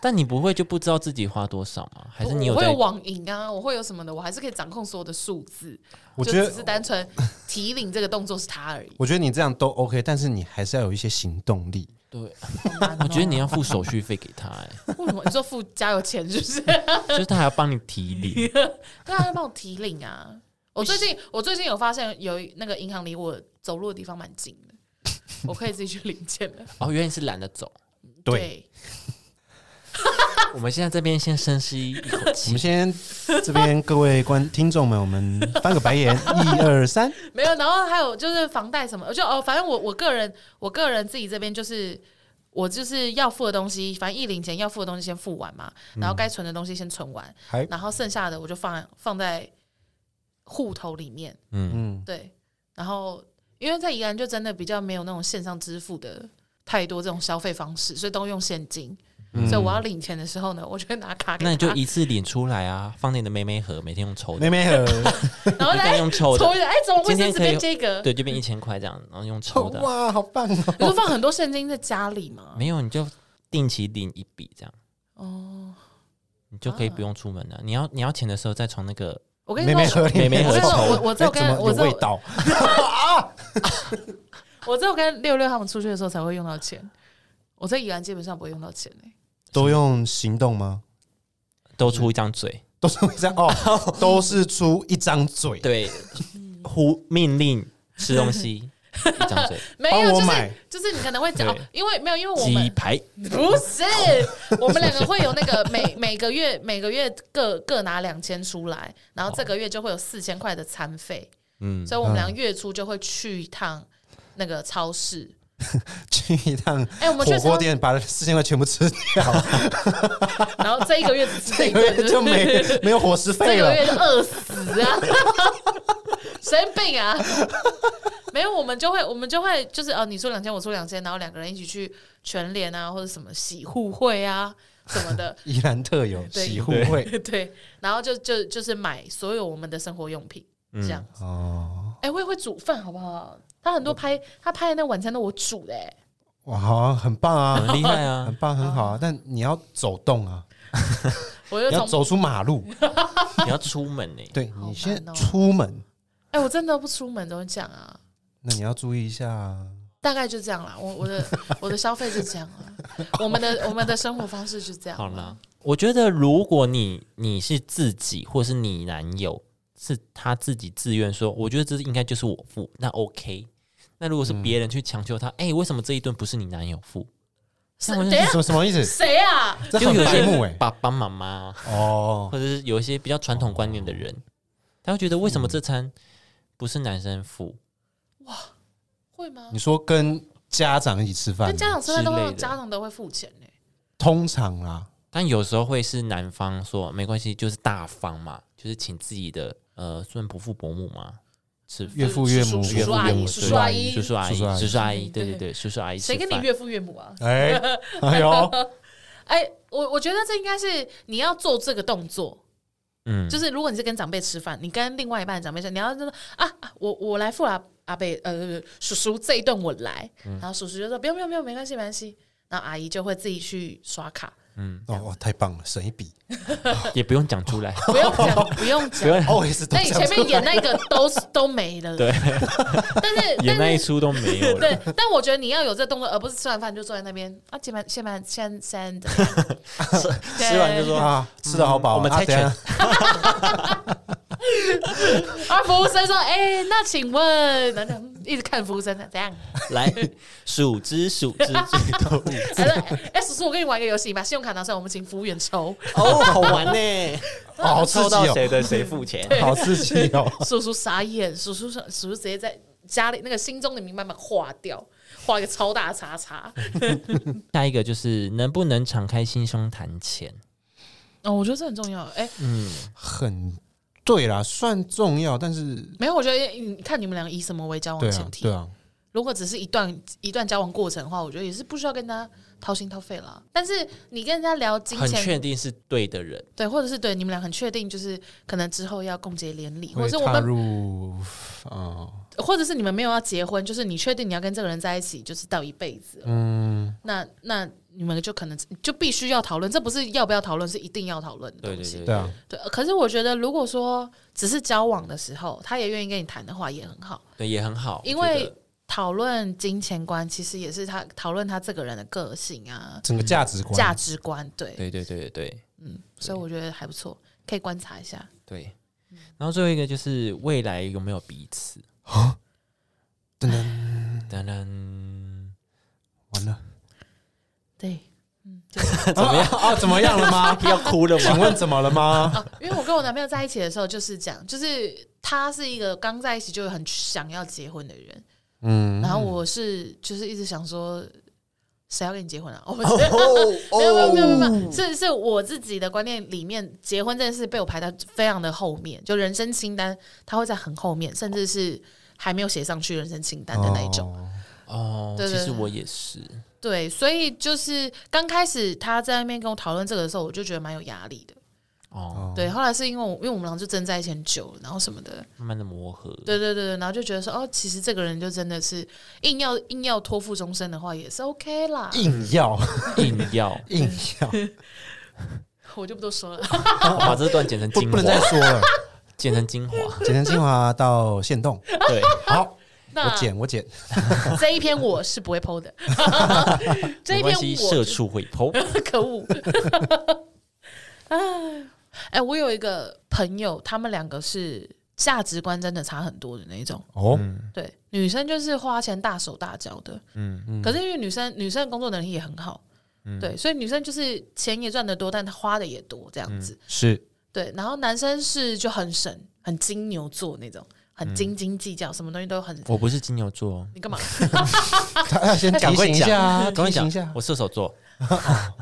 Speaker 3: 但你不会就不知道自己花多少吗？还是你有
Speaker 2: 我会
Speaker 3: 在
Speaker 2: 有网银啊，我会有什么的，我还是可以掌控所有的数字，
Speaker 1: 我
Speaker 2: 就
Speaker 1: 觉
Speaker 2: 只是
Speaker 1: 得，
Speaker 2: 单纯提领这个动作是他而已。
Speaker 1: 我觉得你这样都 OK，但是你还是要有一些行动力。
Speaker 3: 对？
Speaker 2: 好难哦
Speaker 3: 我觉得你要付手续费给 他、欸，
Speaker 2: 为什么你说付加油钱是不是？
Speaker 3: 就是他还要帮你提理。
Speaker 2: 对啊，要帮我提领啊！我最近我最近有发现有一那个银行离我走路的地方蛮近的，我可以自己去领钱了。
Speaker 3: 哦，原来是懒得走。
Speaker 1: 对，
Speaker 3: 我们现在这边先深吸一口
Speaker 1: 我
Speaker 3: 气
Speaker 1: 们，先这边各位观听众们，我们翻个白 眼，一二三，
Speaker 2: 对，没有。然后还有就是房贷什么，我就哦，反正我我个人我个人自己这边就是。我就是要付的东西，反正一领钱要付的东西先付完嘛，
Speaker 3: 嗯
Speaker 2: 然后该存的东西先存完，
Speaker 1: 还
Speaker 2: 然后剩下的我就放放在户头里面，
Speaker 3: 嗯，
Speaker 1: 嗯，
Speaker 2: 对，然后因为在宜兰就真的比较没有那种线上支付的太多这种消费方式，所以都用现金。所以我要领钱的时候呢，我就会拿卡给他，
Speaker 3: 嗯那你就一次领出来啊，放在你的妹妹盒，每天用抽的，
Speaker 1: 妹妹和
Speaker 2: 然后
Speaker 3: 一旦
Speaker 2: 来
Speaker 3: 用抽
Speaker 2: 抽
Speaker 3: 的，
Speaker 2: 一下，哎，怎么会
Speaker 3: 今
Speaker 2: 是
Speaker 3: 天
Speaker 2: 这
Speaker 3: 可以
Speaker 2: 边这个？
Speaker 3: 对，就变一千块这样，然后用抽的啊，
Speaker 1: 哇，好棒哦！
Speaker 2: 你说放很多现金在家里吗？
Speaker 3: 没有你就定期领一笔这样，
Speaker 2: 哦，
Speaker 3: 你就可
Speaker 2: 啊
Speaker 3: 以不用出门了。你要你要钱的时候再从那个
Speaker 2: 我跟
Speaker 1: 妹
Speaker 2: 你
Speaker 1: 妹
Speaker 2: 说，
Speaker 1: 和
Speaker 3: 妹妹和
Speaker 1: 我
Speaker 2: 我我我这
Speaker 1: 怎
Speaker 2: 跟
Speaker 1: 么
Speaker 2: 我
Speaker 1: 有
Speaker 2: 这
Speaker 1: 味道？
Speaker 2: 我只有跟六六他们出去的时候才会用到钱。我在宜兰基本上不会用到钱欸诶、
Speaker 1: 都用行动吗？
Speaker 3: 多出一张嘴，
Speaker 1: 都是这样哦， 都是出一张嘴，
Speaker 3: 对，呼命令吃东 西，一张嘴，
Speaker 2: 没
Speaker 1: 帮
Speaker 2: 有，
Speaker 1: 我
Speaker 2: 就是
Speaker 1: 买
Speaker 2: 就是你可能会讲，
Speaker 3: 对
Speaker 2: 哦因为没有，因为我们
Speaker 3: 鸡排，
Speaker 2: 不是，我们两个会有那个每 每个月每个月各各拿两千出来，然后这个月就会有四千块的餐费，
Speaker 3: 嗯，
Speaker 2: 所以我们俩月初就会去一趟那个超市，
Speaker 1: 去一趟
Speaker 2: 哎，我们去
Speaker 1: 火锅
Speaker 2: 超，
Speaker 1: 店，把四千块全部吃掉，
Speaker 2: 然后这一个月只吃
Speaker 1: 这
Speaker 2: 一
Speaker 1: 个
Speaker 2: 顿，
Speaker 1: 月就没
Speaker 2: 是不是
Speaker 1: 没有伙食
Speaker 2: 这
Speaker 1: 费
Speaker 2: 个
Speaker 1: 了。
Speaker 2: 月就饿死啊，生病啊。没有，我们就会，我们就会，就是哦，你说两千，我说两千，然后两个人一起去全联啊，或者什么洗护会啊什么的，
Speaker 1: 宜兰特有
Speaker 2: 对
Speaker 1: 洗护会
Speaker 2: 对，然后就就就是买所有我们的生活用品，这样。
Speaker 1: 哦，
Speaker 2: 哎、我也会煮饭，好不好？他很多拍他拍的那晚餐都我煮的、哎
Speaker 1: 哇，好啊很棒啊，
Speaker 3: 很厉害
Speaker 1: 很
Speaker 3: 啊！
Speaker 1: 棒，很好 啊。但你要走动啊，
Speaker 2: 我就
Speaker 1: 你要
Speaker 2: 从
Speaker 1: 走出马路，
Speaker 3: 你要出门欸呢、
Speaker 1: 对
Speaker 2: 好
Speaker 1: 你先
Speaker 2: 烦哦
Speaker 1: 出门，
Speaker 2: 哎、我真的不出门都会这样啊，
Speaker 1: 那你要注意一下啊。
Speaker 2: 大概就这样啦。我我的我的消费是这样啊，我们的我们的生活方式是这样。啊
Speaker 3: 好啦，，我觉得如果你你是自己，或是你男友是他自己自愿说，我觉得这应该就是我付，那 OK。那如果是别人去强求他，哎、为什么这一顿不是你男友付？
Speaker 2: 是
Speaker 3: 像我
Speaker 2: 等
Speaker 3: 就
Speaker 2: 一
Speaker 3: 是
Speaker 2: 下
Speaker 1: 什么什么意思？
Speaker 2: 谁啊？
Speaker 1: 这
Speaker 3: 就
Speaker 1: 很
Speaker 3: 有
Speaker 1: 白
Speaker 3: 些
Speaker 1: 目哎。
Speaker 3: 爸爸妈妈，
Speaker 1: 哦
Speaker 3: 或，者是有一些比较传统观念的人，他会觉得为什么这餐不是男生付？
Speaker 2: 会吗
Speaker 1: 你？说跟家长一起吃饭
Speaker 2: 跟，家长吃饭的
Speaker 3: 啊之
Speaker 2: 话，
Speaker 3: 类的
Speaker 2: 家长都会付钱呢、
Speaker 1: 通常啊啦，
Speaker 3: 但有时候会是男方说没关系，就是大方嘛，就是请自己的呃算伯父伯母嘛吃
Speaker 1: 岳父岳母
Speaker 2: 叔叔
Speaker 3: 岳
Speaker 1: 岳
Speaker 3: 父
Speaker 1: 父
Speaker 2: 阿
Speaker 1: 岳
Speaker 2: 姨
Speaker 1: 母
Speaker 2: 叔
Speaker 1: 对
Speaker 2: 叔阿姨
Speaker 3: 叔叔阿
Speaker 1: 叔叔阿姨
Speaker 3: 姨、叔叔阿姨，
Speaker 2: 对
Speaker 3: 对
Speaker 2: 对
Speaker 3: 对对，叔叔阿姨吃
Speaker 2: 谁
Speaker 3: 饭，
Speaker 2: 跟你岳父岳母啊？
Speaker 1: 哎 哎呦，
Speaker 2: 哎、我我觉得这应该是你要做这个动作，
Speaker 3: 嗯，
Speaker 2: 就是是如果你是跟长辈吃饭，你跟另外一半的长辈说，你要就说啊啊，我我来付啊，阿贝呃叔叔这一顿我来，
Speaker 3: 嗯
Speaker 2: 然后叔叔就说不用不用不用，没关系没关系，然后阿姨就会自己去刷 卡，
Speaker 1: 哦哇，太棒了，省一 笔。
Speaker 3: 也不用讲出来，
Speaker 2: 不用讲不用
Speaker 3: 不
Speaker 2: 讲。
Speaker 3: 用
Speaker 1: always 都
Speaker 2: 那你
Speaker 1: 这
Speaker 2: 哎前
Speaker 1: 样。
Speaker 2: 面演那个都是都没了，
Speaker 3: 对，
Speaker 2: 但是
Speaker 3: 演那
Speaker 2: 但
Speaker 3: 一
Speaker 2: 是
Speaker 3: 出都没有了。
Speaker 2: 对，但我觉得你要有这动作，而不是吃完饭就坐在那边啊，先饭先饭先 先的，
Speaker 3: 吃完就说
Speaker 1: 啊，吃的好饱啊、
Speaker 3: 嗯我们猜拳
Speaker 1: 啊等一下
Speaker 2: 而啊服务生说，哎，那请问，然后就一直看服务生怎样？
Speaker 3: 来数之数之最多五
Speaker 2: 哎、哎叔叔，我跟你玩一个游戏吧，信用卡拿出来，我们请服务员抽。
Speaker 3: 哦，好玩呢，
Speaker 1: 哦好刺
Speaker 3: 抽到
Speaker 1: 激
Speaker 3: 谁的谁付钱，
Speaker 1: 哦，好刺激哦！
Speaker 2: 叔叔傻眼，叔叔说叔叔直接在家里那个心中的名慢慢划掉，画一个超大的叉叉。
Speaker 3: 下一个就是能不能敞开心胸谈钱？
Speaker 2: 哦，我觉得这很重要。哎、
Speaker 3: 嗯，
Speaker 1: 很对啦，算重要，但是
Speaker 2: 没有，我觉得哎你看你们两个以什么为交往
Speaker 1: 对
Speaker 2: 前
Speaker 1: 啊，
Speaker 2: 提？
Speaker 1: 对啊，
Speaker 2: 如果只是一段一段交往过程的话，我觉得也是不需要跟他掏心掏肺啦。但是你跟人家聊金
Speaker 3: 很确
Speaker 2: 钱，
Speaker 3: 定是对的人，
Speaker 2: 对，或者是对你们俩很确定，就是可能之后要共结连理，或者
Speaker 1: 会
Speaker 2: 是我
Speaker 1: 踏
Speaker 2: 们，
Speaker 1: 入嗯
Speaker 2: 或者是你们没有要结婚，就是你确定你要跟这个人在一起，就是到一辈子了
Speaker 1: 嗯，
Speaker 2: 那那你们就可能就必须要讨论，这不是要不要讨论，是一定要讨论的
Speaker 3: 对
Speaker 2: 东
Speaker 3: 对
Speaker 2: 西。
Speaker 3: 对
Speaker 1: 对啊，
Speaker 2: 对可是我觉得如果说只是交往的时候，他也愿意跟你谈的话，也很好。
Speaker 3: 对也很好，
Speaker 2: 因
Speaker 3: 我觉
Speaker 2: 为
Speaker 3: 得
Speaker 2: 讨论金钱观，其实也是他讨论他这个人的个性啊、
Speaker 1: 整个价值观，
Speaker 2: 价值观，对，
Speaker 3: 对对对对对
Speaker 2: 嗯，所以我觉得还不错，可以观察一下。
Speaker 3: 对。然后最后一个就是未来有没有彼此？哦
Speaker 1: 真的
Speaker 3: 当然，
Speaker 1: 完 了，
Speaker 2: 对，嗯，就是
Speaker 1: 怎么样啊？怎么样了吗？
Speaker 3: 要哭了
Speaker 1: 请？问怎么了吗？
Speaker 2: 啊，因为我跟我男朋友在一起的时候就是这样，就是他是一个刚在一起就很想要结婚的人，
Speaker 1: 嗯，
Speaker 2: 然后我是就是一直想说，谁要跟你结婚啊？哦，不是
Speaker 1: 哦
Speaker 2: 没有没有没有没有没有，是是我自己的观念里面，结婚这件事被我排到非常的后面，就人生清单，它会在很后面，甚至是还没有写上去人生清单的那一种。
Speaker 1: 哦
Speaker 3: 哦，
Speaker 2: 对
Speaker 3: 其
Speaker 2: 对
Speaker 3: 实
Speaker 2: 对
Speaker 3: 我也是，
Speaker 2: 对，所以就是刚开始他在那边跟我讨论这个的时候，我就觉得蛮有压力的。
Speaker 3: 哦，
Speaker 2: 对，后来是因为我因为我们俩就真在一起很久了，然后什么的，
Speaker 3: 慢慢的磨合，
Speaker 2: 对对对对，然后就觉得说，哦，其实这个人就真的是硬要硬要托付终身的话，也是 OK 啦。
Speaker 1: 硬要
Speaker 3: 硬要
Speaker 1: 硬要，
Speaker 2: 我就不多说了。
Speaker 3: 把这段剪成
Speaker 1: 不
Speaker 3: 精
Speaker 1: 不能再
Speaker 3: 华，
Speaker 1: 说了。
Speaker 3: 剪成精华，
Speaker 1: 简单精华到线动，
Speaker 3: 对，
Speaker 1: 好，
Speaker 2: 那
Speaker 1: 我剪我剪，
Speaker 2: 这一篇我是不会 剖的，这
Speaker 3: 没
Speaker 2: 一
Speaker 3: 关
Speaker 2: 篇
Speaker 3: 系，
Speaker 2: 我
Speaker 3: 社畜会剖，
Speaker 2: 可恶。哎，我有一个朋友，他们两个是价值观真的差很多的那一种。
Speaker 1: 哦，
Speaker 2: 对，女生就是花钱大手大脚的，
Speaker 3: 嗯，
Speaker 2: 可是因为女生女生的工作能力也很好，对，所以女生就是钱也赚得多，但她花的也
Speaker 3: 嗯
Speaker 2: 多这样子。
Speaker 1: 是
Speaker 2: 对，然后男生是就很省，很金牛座那种，很斤斤计较，什么东西都很。
Speaker 3: 嗯我不是金牛座，
Speaker 2: 你干嘛
Speaker 1: 他他先提
Speaker 3: 赶快
Speaker 1: 醒一下啊，
Speaker 3: 讲，赶快
Speaker 1: 提醒
Speaker 3: 讲
Speaker 1: 一下，
Speaker 3: 我射手座，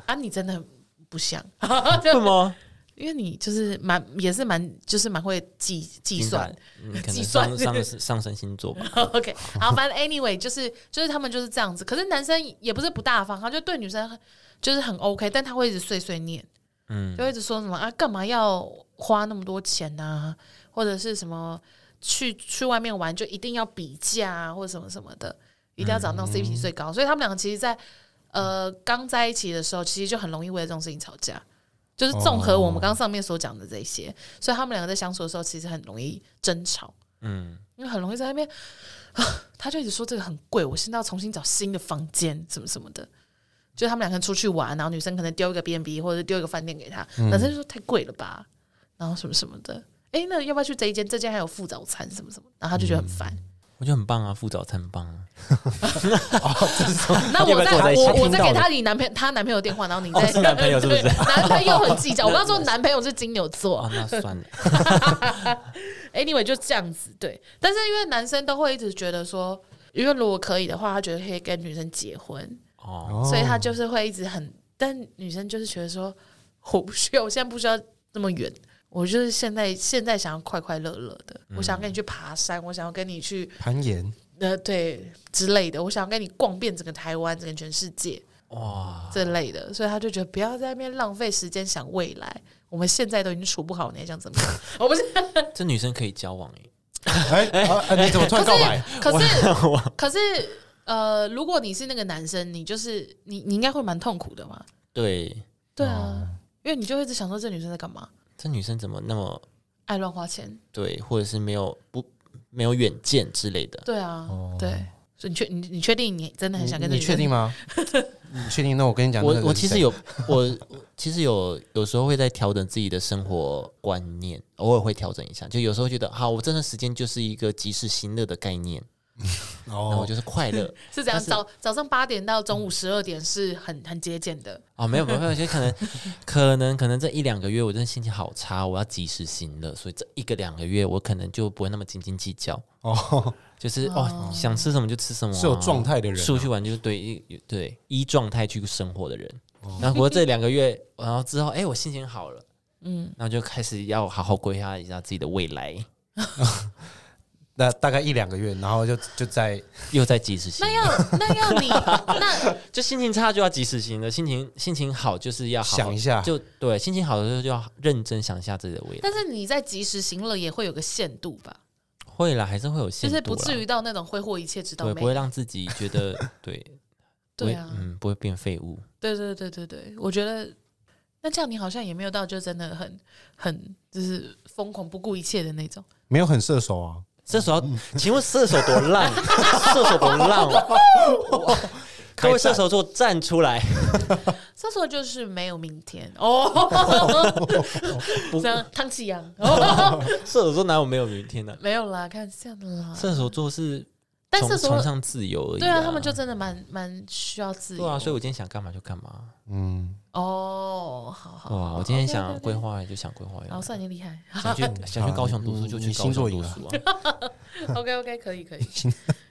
Speaker 2: 啊？你真的很不像，
Speaker 3: 对吗？
Speaker 2: 因为你就是蛮也是蛮就是蛮会计计算
Speaker 3: 金。牛座，嗯可
Speaker 2: 计
Speaker 3: 能
Speaker 2: 算
Speaker 3: 上上上升星座 吧。
Speaker 2: OK，好，反正 anyway 就是就是他们就是这样子。可是男生也不是不大方，他就对女生很就是很 OK，但他会一直碎碎念，
Speaker 3: 嗯，
Speaker 2: 就会一直说什么啊，干嘛要花那么多钱呐、或者是什么去去外面玩就一定要比价啊，或者什么什么的，一定要找那种 CP 最高。所以他们两个其实在，呃刚在一起的时候，其实就很容易为了这种事情吵架。就是综合我们
Speaker 3: 哦
Speaker 2: 刚刚上面所讲的这些，所以他们两个在相处的时候，其实很容易争吵。
Speaker 3: 嗯，
Speaker 2: 因为很容易在那边，啊他就一直说这个很贵，我现在要重新找新的房间，什么什么的。就他们两个人出去玩，然后女生可能丢一个 B&B 或者丢一个饭店给他，
Speaker 3: 嗯
Speaker 2: 男生就说太贵了吧，然后什么什么的。诶，那要不要去这一间？这间还有附早餐什么什么，然后他就觉得很烦。
Speaker 3: 我觉得很棒啊，付早餐很棒啊。
Speaker 2: 那我
Speaker 3: 要不要跟我在
Speaker 2: 再
Speaker 3: 一起
Speaker 2: 我我
Speaker 1: 听到
Speaker 2: 再给
Speaker 1: 的
Speaker 2: 他你男朋友他男朋友的电话，然后你再、
Speaker 3: 哦是男朋友是不是
Speaker 2: 对男朋友很计 较，我刚刚说男朋友是金牛座，
Speaker 3: 哦，那算了，
Speaker 2: anyway 就这样子对，但是因为男生都会一直觉得说，因为如果可以的话，他觉得可以跟女生结婚，
Speaker 3: 哦，
Speaker 1: 哦
Speaker 2: 所以他就是会一直很，但女生就是觉得说，我不需要，我现在不需要那么远，我就是现在现在想要快快乐乐的，我想要跟你去爬山，我想要跟你去
Speaker 1: 攀岩，
Speaker 2: 呃对之类的，我想要跟你逛遍整个台湾，整个全世界
Speaker 3: 哇，
Speaker 2: 这类的，所以他就觉得不要在那边浪费时间想未来。我们现在都已经处不好，你还想怎么 样？我不是
Speaker 3: 这女生可以交往欸诶。
Speaker 1: 哎啊啊你怎么突然告白？
Speaker 2: 可是，可是，呃，如果你是那个男生，你就是你，你应该会蛮痛苦的嘛。
Speaker 3: 对，
Speaker 2: 对啊，
Speaker 3: 哦
Speaker 2: 因为你就会一直想说这女生在干嘛，
Speaker 3: 这女生怎么那么
Speaker 2: 爱乱花钱。
Speaker 3: 对，或者是没有不没有远见之类的？
Speaker 2: 对啊，
Speaker 3: 哦
Speaker 2: 对，所以你确你你确定你真的很想跟这
Speaker 1: 你
Speaker 2: 女生
Speaker 1: 确定？吗？你确定？那我跟你讲，那
Speaker 3: 我
Speaker 1: 个
Speaker 3: 我
Speaker 1: 是
Speaker 3: 其实
Speaker 1: 谁
Speaker 3: 有 我其实有有时候会在调整自己的生活观念，偶尔会调整一下。就有时候觉得，好，我这段时间就是一个及时行乐的概念，那我
Speaker 1: 哦，
Speaker 3: 就是快乐
Speaker 2: 是怎样？
Speaker 3: 但是
Speaker 2: 早早上八点到中午十二点是很 很节俭的。
Speaker 3: 哦，没有没有没有，就可能可能可能这一两个月我真的心情好差，我要及时行乐，所以这一个两个月我可能就不会那么斤斤计较，
Speaker 1: 哦，
Speaker 3: 就是哦想吃什么就吃什么啊、
Speaker 1: 是有状态的人啊
Speaker 3: 出去玩就是对一对依状态去生活的人。
Speaker 1: 哦
Speaker 3: 然后我这两个月，然后之后，哎、我心情好了，嗯，然后就开始要好好规划一下自己的未来，
Speaker 1: 那大概一两个月，然后就就在
Speaker 3: 又在及时行
Speaker 2: 那
Speaker 3: 乐，
Speaker 2: 要那要你那
Speaker 3: 就心情差就要及时行乐，心情心情好就是要好好
Speaker 1: 想一下
Speaker 3: 就对，心情好的时候就要认真想一下自己的未来。
Speaker 2: 但是你在及时行乐也会有个限度吧？
Speaker 3: 会啦，还是会有限
Speaker 2: 就是
Speaker 3: 度啦，
Speaker 2: 不至于到那种挥霍一切直到
Speaker 3: 对，
Speaker 2: 没
Speaker 3: 不会让自己觉 得对，不
Speaker 2: 对
Speaker 3: 会
Speaker 2: 啊，
Speaker 3: 嗯，不会变废物。
Speaker 2: 对对对对对，我觉得那这样你好像也没有到就真的很很就是疯狂不顾一切的那种。
Speaker 1: 没有很射手啊，
Speaker 3: 射手要，请问射手多 烂？射手多烂？各位射手座站出来！
Speaker 2: 射手就是没有明天 哦，这样汤启阳哦，
Speaker 3: 射手座哪有没有明天呢、
Speaker 2: 没有啦，看这样的啦。
Speaker 3: 射手座是
Speaker 2: 但
Speaker 3: 崇
Speaker 2: 射手
Speaker 3: 崇尚自由而已、
Speaker 2: 对啊，他们就真的蛮蛮需要自由。
Speaker 3: 对啊，所以我今天想干嘛就干嘛。
Speaker 1: 嗯，
Speaker 2: 哦，好好，
Speaker 3: 哇，我今天
Speaker 2: 对
Speaker 3: 想
Speaker 2: 对哦对
Speaker 3: 规划就想规划，
Speaker 2: 然后算你厉害。
Speaker 3: 想去想去高雄读书就去高雄读书啊，
Speaker 2: OK OK，可以可以。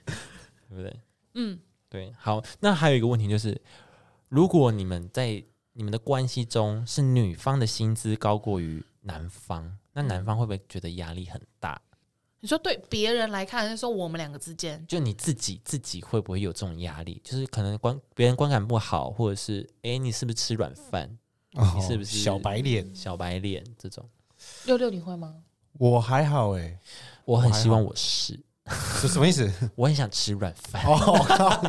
Speaker 3: 对不对？
Speaker 2: 嗯，
Speaker 3: 对，好，那还有一个问题就是，如果你们在你们的关系中是女方的薪资高过于男方，那男方会不会觉得压力很大？
Speaker 2: 你说对别人来看，还是说我们两个之间，
Speaker 3: 就你自己自己会不会有这种压力？就是可能观别人观感不好，或者是哎、诶你是不是吃软饭、
Speaker 1: 哦
Speaker 3: 你是不是
Speaker 1: 小白脸？
Speaker 3: 小白脸这种？
Speaker 2: 六六你会吗？
Speaker 1: 我还好哎，
Speaker 3: 我很希望我是，
Speaker 1: 是什么意 思？
Speaker 3: 我很想吃软饭。
Speaker 1: 哦，我靠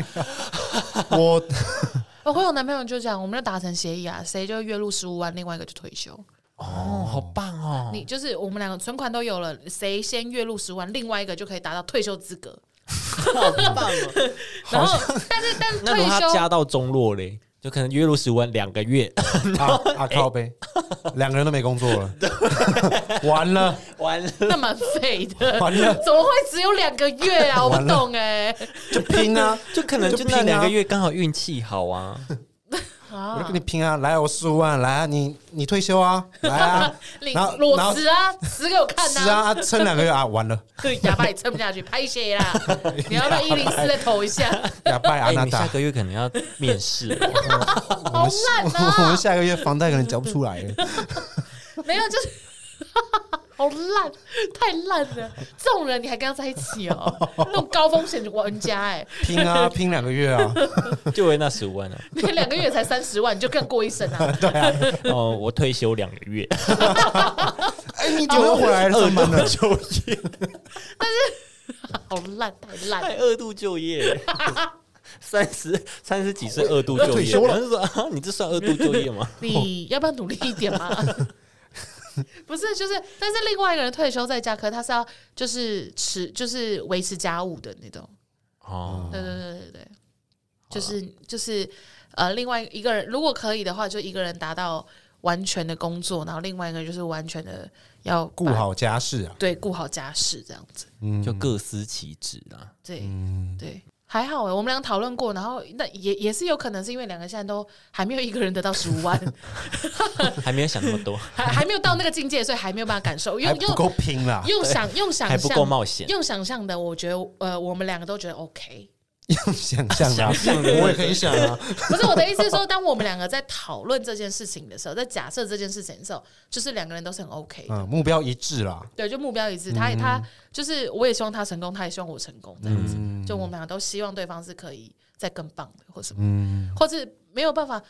Speaker 1: 我
Speaker 2: 哦我会有男朋友就这样，我们就达成协议啊，谁就月入十五万，另外一个就退休。
Speaker 3: 哦，好棒哦！
Speaker 2: 你就是我们两个存款都有了，谁先月入十万，另外一个就可以达到退休资格。
Speaker 3: 好棒哦！
Speaker 2: 然后，但是但是
Speaker 3: 那如
Speaker 2: 退
Speaker 3: 果他
Speaker 2: 休
Speaker 3: 加到中落嘞，就可能月入十万两个月，
Speaker 1: 啊啊
Speaker 3: 哎
Speaker 1: 靠背，两个人都没工作 了，完了
Speaker 3: 完了。
Speaker 2: 那蛮废的，
Speaker 1: 完了，
Speaker 2: 怎么会只有两个月啊？我不懂哎、
Speaker 1: 就拼啊！
Speaker 3: 就可能就
Speaker 1: 就拼啊
Speaker 3: 那两个月刚好运气好啊，
Speaker 1: 我就
Speaker 2: 啊
Speaker 1: 跟你，拼 啊！来啊，我十五万，来啊，你你退休啊，来 啊，
Speaker 2: 领
Speaker 1: 然后然
Speaker 2: 裸
Speaker 1: 后
Speaker 2: 辞啊，辞给我看
Speaker 1: 是
Speaker 2: 呐、
Speaker 1: 啊，啊撑两个月啊，完了，
Speaker 2: 对，哑巴也撑不下去，拍谁 啦？你要不要一零四再投一下？
Speaker 1: 呀，拜阿
Speaker 3: 哎，
Speaker 1: 那
Speaker 3: 你下
Speaker 1: 达，
Speaker 3: 个月可能要面试了，
Speaker 1: 我们
Speaker 2: 好烂啊
Speaker 1: 我们下个月房贷可能交不出来了，
Speaker 2: 没有，就是 好烂，太烂了。这种人你还跟他在一起 哦？那种高风险玩家哎、
Speaker 1: 拼啊，拼两个月啊，
Speaker 3: 就为那十五万啊。
Speaker 2: 那 两个月才三十万，你就更过一生 啊！
Speaker 3: 哦，我退休两个月，
Speaker 1: 哎，你怎么又回来了？怎么办呢？
Speaker 3: 就业，
Speaker 2: 好烂，太烂了
Speaker 3: 太。二度就 业。三十三十几岁二度就业，
Speaker 1: 哦我退休了
Speaker 3: 我就说啊，你这算二度就 业吗？
Speaker 2: 你要不要努力一点嘛？不是，就是，但是另外一个人退休在家，可是他是要就是持就是维持家务的那种。
Speaker 3: 哦，
Speaker 2: 对对对对对，就是就是呃，另外一个人如果可以的话，就一个人达到完全的工作，然后另外一个就是完全的要
Speaker 1: 顾
Speaker 2: 把
Speaker 1: 好家事啊，
Speaker 2: 对顾好家事这样子。
Speaker 1: 嗯，
Speaker 3: 就各司其职啦。
Speaker 2: 对、
Speaker 1: 嗯，
Speaker 2: 对。还好哎、我们俩讨论过，然后那也也是有可能是因为两个现在都还没有一个人得到十五 万，
Speaker 3: 还没有想那么多，
Speaker 2: 还还没有到那个境界，所以还没有办法感受，因
Speaker 1: 还
Speaker 2: 为
Speaker 1: 不够拼啦，
Speaker 2: 用想用想
Speaker 3: 还
Speaker 2: 象
Speaker 3: 不够冒险。
Speaker 2: 用想象的，我觉得呃，我们两个都觉得 OK。
Speaker 1: 用想象啦
Speaker 3: 想，象的
Speaker 1: 我也可以想啊，
Speaker 2: 不是我的意思是说，当我们两个在讨论这件事情的时候，在假设这件事情的时候，就是两个人都是很 OK 的。
Speaker 1: 嗯，目标一致啦，
Speaker 2: 对，就目标一致，他也他就是，我也希望他成功，他也希望我成功，这样子，就我们两个都希望对方是可以再更棒的，或什么，或是没有办法。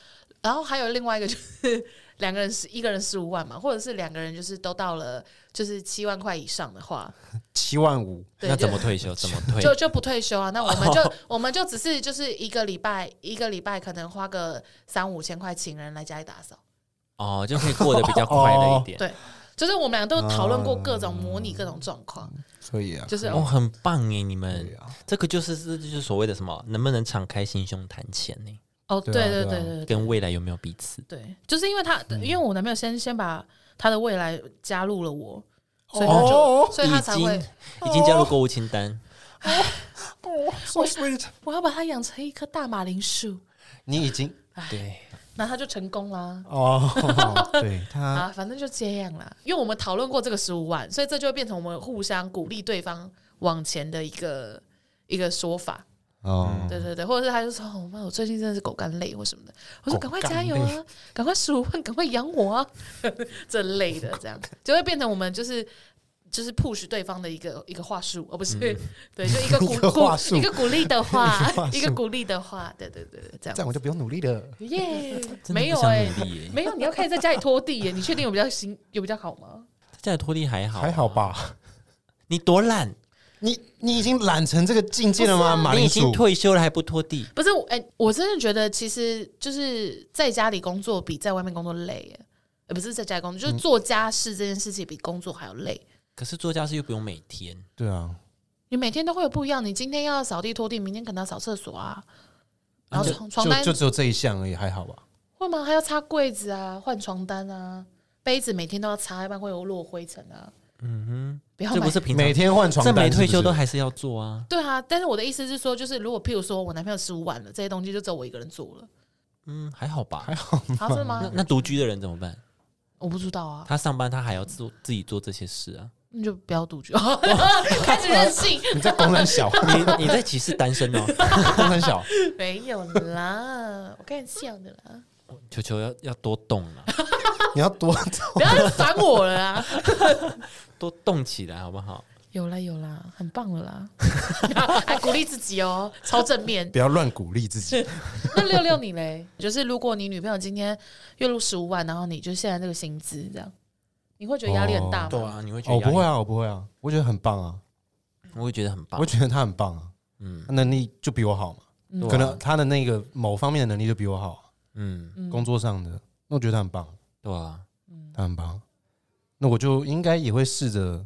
Speaker 2: 然后还有另外一个就是 两个人是一个人十五万嘛，或者是两个人就是都到了就是七万块以上的话，
Speaker 1: 七万五，
Speaker 2: 对，
Speaker 3: 那
Speaker 2: 就
Speaker 3: 怎么退休？怎么退？
Speaker 2: 就就不退休啊？那我们就、我们就只是就是一个礼拜一个礼拜可能花个三五千块请人来家里打扫，
Speaker 3: 哦，就可以过得比较快乐一点。
Speaker 1: 哦
Speaker 2: 对，就是我们俩都讨论过各种模拟各种状况，
Speaker 1: 可以啊，
Speaker 2: 就是
Speaker 3: 哦，很棒哎！你
Speaker 1: 可以
Speaker 3: 们
Speaker 1: 啊，
Speaker 3: 这个就是这就是所谓的什么，能不能敞开心胸谈钱呢？
Speaker 2: 哦，对
Speaker 1: 对啊
Speaker 2: 对
Speaker 1: 对啊
Speaker 2: 对对对
Speaker 3: 跟未来有没有彼此？
Speaker 2: 对，就是因为他因为我男朋友先先把他的未来加入了我，所以他就、
Speaker 1: 哦
Speaker 2: 所以他才
Speaker 3: 已
Speaker 2: 会
Speaker 3: 经已经加入购物清单，
Speaker 1: 哦，so sweet，
Speaker 2: 我要把他养成一棵大马铃薯，
Speaker 1: 你已经
Speaker 2: 哦
Speaker 3: 对，
Speaker 2: 那他就成功啦。
Speaker 1: 哦，对他
Speaker 2: 啊，反正就这样啦。因为我们讨论过这个十五万，所以这就变成我们互相鼓励对方往前的一个一个说法。
Speaker 3: 嗯
Speaker 1: 哦，
Speaker 2: 对对对，或者是他就说：“哦，妈，我最近真的是狗干累或什么的。”我说：“
Speaker 1: 狗
Speaker 2: 赶快
Speaker 1: 干
Speaker 2: 加油啊，赶快十五万， 赶快养我啊！”这类的，这样就会变成我们就是。就是 push 对方的一个一个话术，哦，不是，对，就一个
Speaker 1: 嗯
Speaker 2: 鼓
Speaker 1: 一个话
Speaker 2: 鼓
Speaker 1: 术
Speaker 2: 一个鼓励的话
Speaker 1: 一个话，术
Speaker 2: 一个鼓励的话，对对对，对这
Speaker 1: 这样
Speaker 2: 样
Speaker 1: 我就不用努力了。
Speaker 2: 耶，
Speaker 3: 真的
Speaker 2: 没有
Speaker 3: 不
Speaker 2: 哎
Speaker 3: 想，努力耶。
Speaker 2: 没有，你要开始在家里拖地耶，你确定有比较行，有比较好吗？
Speaker 3: 他家里拖地还好，啊
Speaker 1: 还好？吧？
Speaker 3: 你多懒，
Speaker 1: 你你已经懒成这个境界了吗？马
Speaker 3: 啊你
Speaker 1: 铃
Speaker 3: 已经
Speaker 1: 薯，
Speaker 3: 退休了还不拖地，
Speaker 2: 不是，我哎、我真的觉得其实就是在家里工作比在外面工作累耶，呃，不是在家里
Speaker 3: 嗯
Speaker 2: 工作，就是做家事这件事情比工作还要累。
Speaker 3: 可是做家事又不用每天，
Speaker 1: 对啊，
Speaker 2: 你每天都会有不一样，你今天要扫地拖地，明天可能要扫厕所啊，然
Speaker 3: 嗯
Speaker 2: 后床床单
Speaker 1: 就就只有这一项而已，还好吧？
Speaker 2: 会吗？还要擦柜子啊，换床单啊，杯子每天都要擦，要不然会有落灰尘啊。嗯哼，不要
Speaker 3: 这
Speaker 2: 买
Speaker 3: 不是平常
Speaker 1: 每天换床
Speaker 3: 这
Speaker 1: 单，
Speaker 3: 没退休
Speaker 1: 是不
Speaker 3: 都
Speaker 1: 是
Speaker 3: 还是要做啊。
Speaker 2: 对啊，但是我的意思是说，就是如果譬如说我男朋友十五万了，这些东西就只有我一个人做 了，
Speaker 3: 嗯，还好吧。
Speaker 2: 啊，真的
Speaker 3: 那
Speaker 2: 吗？
Speaker 3: 那独居的人怎么办？
Speaker 2: 我不知道啊，
Speaker 3: 他上班他还要做自己做这些事啊。
Speaker 2: 那就不要赌局， 开始任性。
Speaker 1: 你在公然小，
Speaker 3: 你你在歧视单身哦？
Speaker 1: 公然小，
Speaker 2: 没有啦，我开玩笑的啦，
Speaker 3: 球球要要多动啊，
Speaker 1: 你要多
Speaker 2: 不要再烦我了啊啦。
Speaker 3: 多动起来好不好？
Speaker 2: 有啦有啦，很棒了 啦，还鼓励自己哦，超正面
Speaker 1: 不。要乱鼓励 自己。
Speaker 2: 那六六你嘞？就是如果你女朋友今天月入十五万，然后你就现在这个薪资这样，你会觉得压力很大吗？
Speaker 3: 对啊，你会觉
Speaker 1: 哦，
Speaker 3: 得
Speaker 1: 我不会，啊，
Speaker 3: 压力
Speaker 1: 我不会啊，我觉得很棒啊，
Speaker 3: 我会觉得很棒
Speaker 1: 我。觉得他很棒啊，
Speaker 3: 嗯
Speaker 1: 他能力就比我好嘛，
Speaker 3: 对啊
Speaker 1: 可能他的那个某方面的能力就比我好啊，
Speaker 3: 嗯，
Speaker 2: 嗯
Speaker 1: 工作上的，那我觉得他很棒，
Speaker 3: 对啊，
Speaker 1: 他很棒。那我就应该也会试着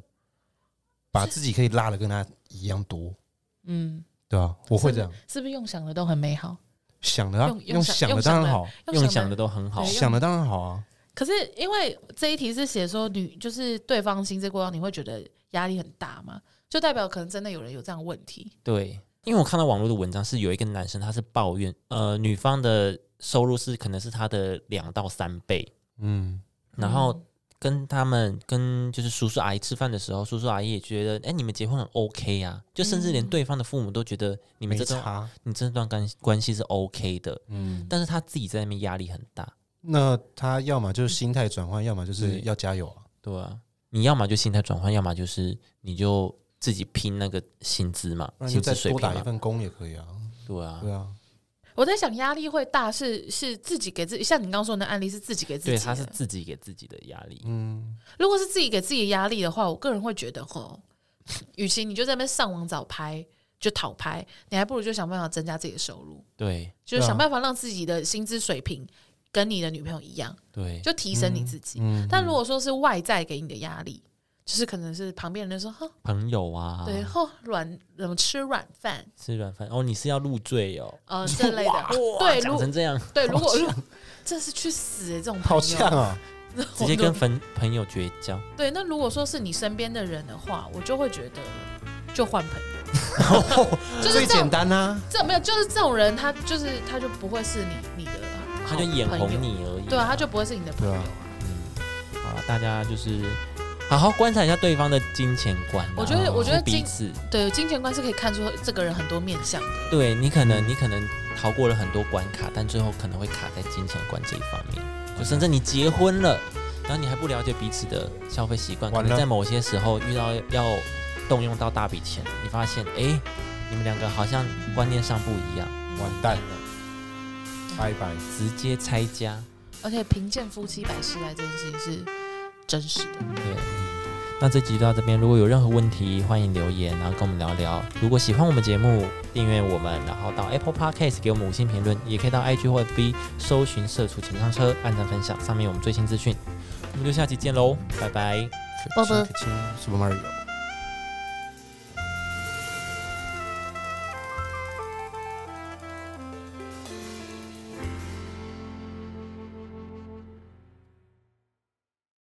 Speaker 1: 把自己可以拉的跟他一样多，
Speaker 2: 嗯，
Speaker 1: 对啊，我会这样
Speaker 2: 是不是用想的都很美好？
Speaker 1: 想的啊
Speaker 2: 用，用
Speaker 1: 用
Speaker 2: 想
Speaker 1: 想
Speaker 2: 用
Speaker 1: 的
Speaker 2: 想
Speaker 1: 当然
Speaker 2: 的
Speaker 1: 好，
Speaker 3: 用想的都很好
Speaker 2: 对。用
Speaker 1: 想的当然好啊。
Speaker 2: 可是因为这一题是写说女就是对方薪资过高，你会觉得压力很大吗？就代表可能真的有人有这样的问题。
Speaker 3: 对，因为我看到网络的文章是有一个男生他是抱怨，呃，女方的收入是可能是他的两到三倍，
Speaker 1: 嗯，
Speaker 3: 然后跟他们跟就是叔叔阿姨吃饭的时候，叔叔阿姨也觉得，哎，你们结婚很 OK 啊，就甚至连对方的父母都觉得你
Speaker 1: 嗯没
Speaker 3: 们嗯这段
Speaker 1: 差，
Speaker 3: 你这段关关系是 OK 的，
Speaker 1: 嗯，
Speaker 3: 但是他自己在那边压力很大，
Speaker 1: 那他要么就是心态转换，要么就是
Speaker 3: 对
Speaker 1: 要加油啊。
Speaker 3: 对啊，你要么就心态转换，要么就是你就自己拼那个薪资嘛，
Speaker 1: 不然就
Speaker 3: 薪
Speaker 1: 再
Speaker 3: 资水
Speaker 1: 多
Speaker 3: 平
Speaker 1: 打一
Speaker 3: 嘛，
Speaker 1: 份工也可以啊，
Speaker 3: 对啊，
Speaker 1: 对啊，
Speaker 2: 我在想压力会大是是自己给自己，像你刚刚说的那案例是自己给自己
Speaker 3: 对，
Speaker 2: 的。
Speaker 3: 他是自己给自己的压力，
Speaker 1: 嗯，
Speaker 2: 如果是自己给自己的压力的话，我个人会觉得吼，与其你就在那边上网找拍就讨拍，你还不如就想办法增加自己的收入，
Speaker 3: 对
Speaker 2: 就是
Speaker 1: 对啊
Speaker 2: 想办法让自己的薪资水平跟你的女朋友一样，
Speaker 3: 对，
Speaker 2: 就提升你自己。
Speaker 1: 嗯
Speaker 2: 但如果说是外在给你的压力，就是可能是旁边人就说哈，
Speaker 3: 朋友啊，
Speaker 2: 对，吼软怎么吃软饭，
Speaker 3: 吃软饭哦，你是要入赘哦，
Speaker 2: 呃这类的
Speaker 3: 哇，
Speaker 2: 对，
Speaker 3: 讲成
Speaker 2: 如
Speaker 3: 这样，
Speaker 2: 对如果如真是去死、欸、这种朋
Speaker 1: 好
Speaker 2: 友
Speaker 1: 像啊，
Speaker 3: 直接跟朋朋友绝交，
Speaker 2: 对，那如果说是你身边的人的话，我就会觉得就换朋友，就是
Speaker 1: 啊最
Speaker 2: 这
Speaker 1: 简
Speaker 2: 种
Speaker 1: 单啊，
Speaker 2: 这种没有，就是这种人，他就是他就不会是你你的好
Speaker 3: 他就
Speaker 2: 朋友，
Speaker 3: 眼红你而已、
Speaker 2: 对啊，他就不会是你的朋友啊、
Speaker 3: 嗯，好了，大家就是好好观察一下对方的金钱观啊、
Speaker 2: 我觉得我觉得
Speaker 3: 彼
Speaker 2: 金
Speaker 3: 此，
Speaker 2: 对，金钱观是可以看出这个人很多面相的。
Speaker 3: 对你可能你可能逃过了很多关卡，但最后可能会卡在金钱观这一方面，
Speaker 2: 嗯
Speaker 3: 就甚至你结婚了，然后你还不了解彼此的消费习惯，可
Speaker 1: 完
Speaker 3: 能
Speaker 1: 了
Speaker 3: 在某些时候遇到要动用到大笔钱，你发现哎、诶你们两个好像观念上不一样，
Speaker 1: 完蛋了，拜拜。
Speaker 3: 直接拆家。
Speaker 2: 而且贫贱夫妻百事哀这件事情是真实的。
Speaker 3: 对，那这集就到这边。如果有任何问题，欢迎留言，然后跟我们聊聊。如果喜欢我们节目，订阅我们，然后到 Apple Podcast 给我们五星评论，也可以到 IG 或 B 搜寻“社畜情商车”，按赞分享，上面有我们最新资讯。我们就下期见喽，拜拜。
Speaker 2: 啵啵
Speaker 1: 可亲，Super Mario。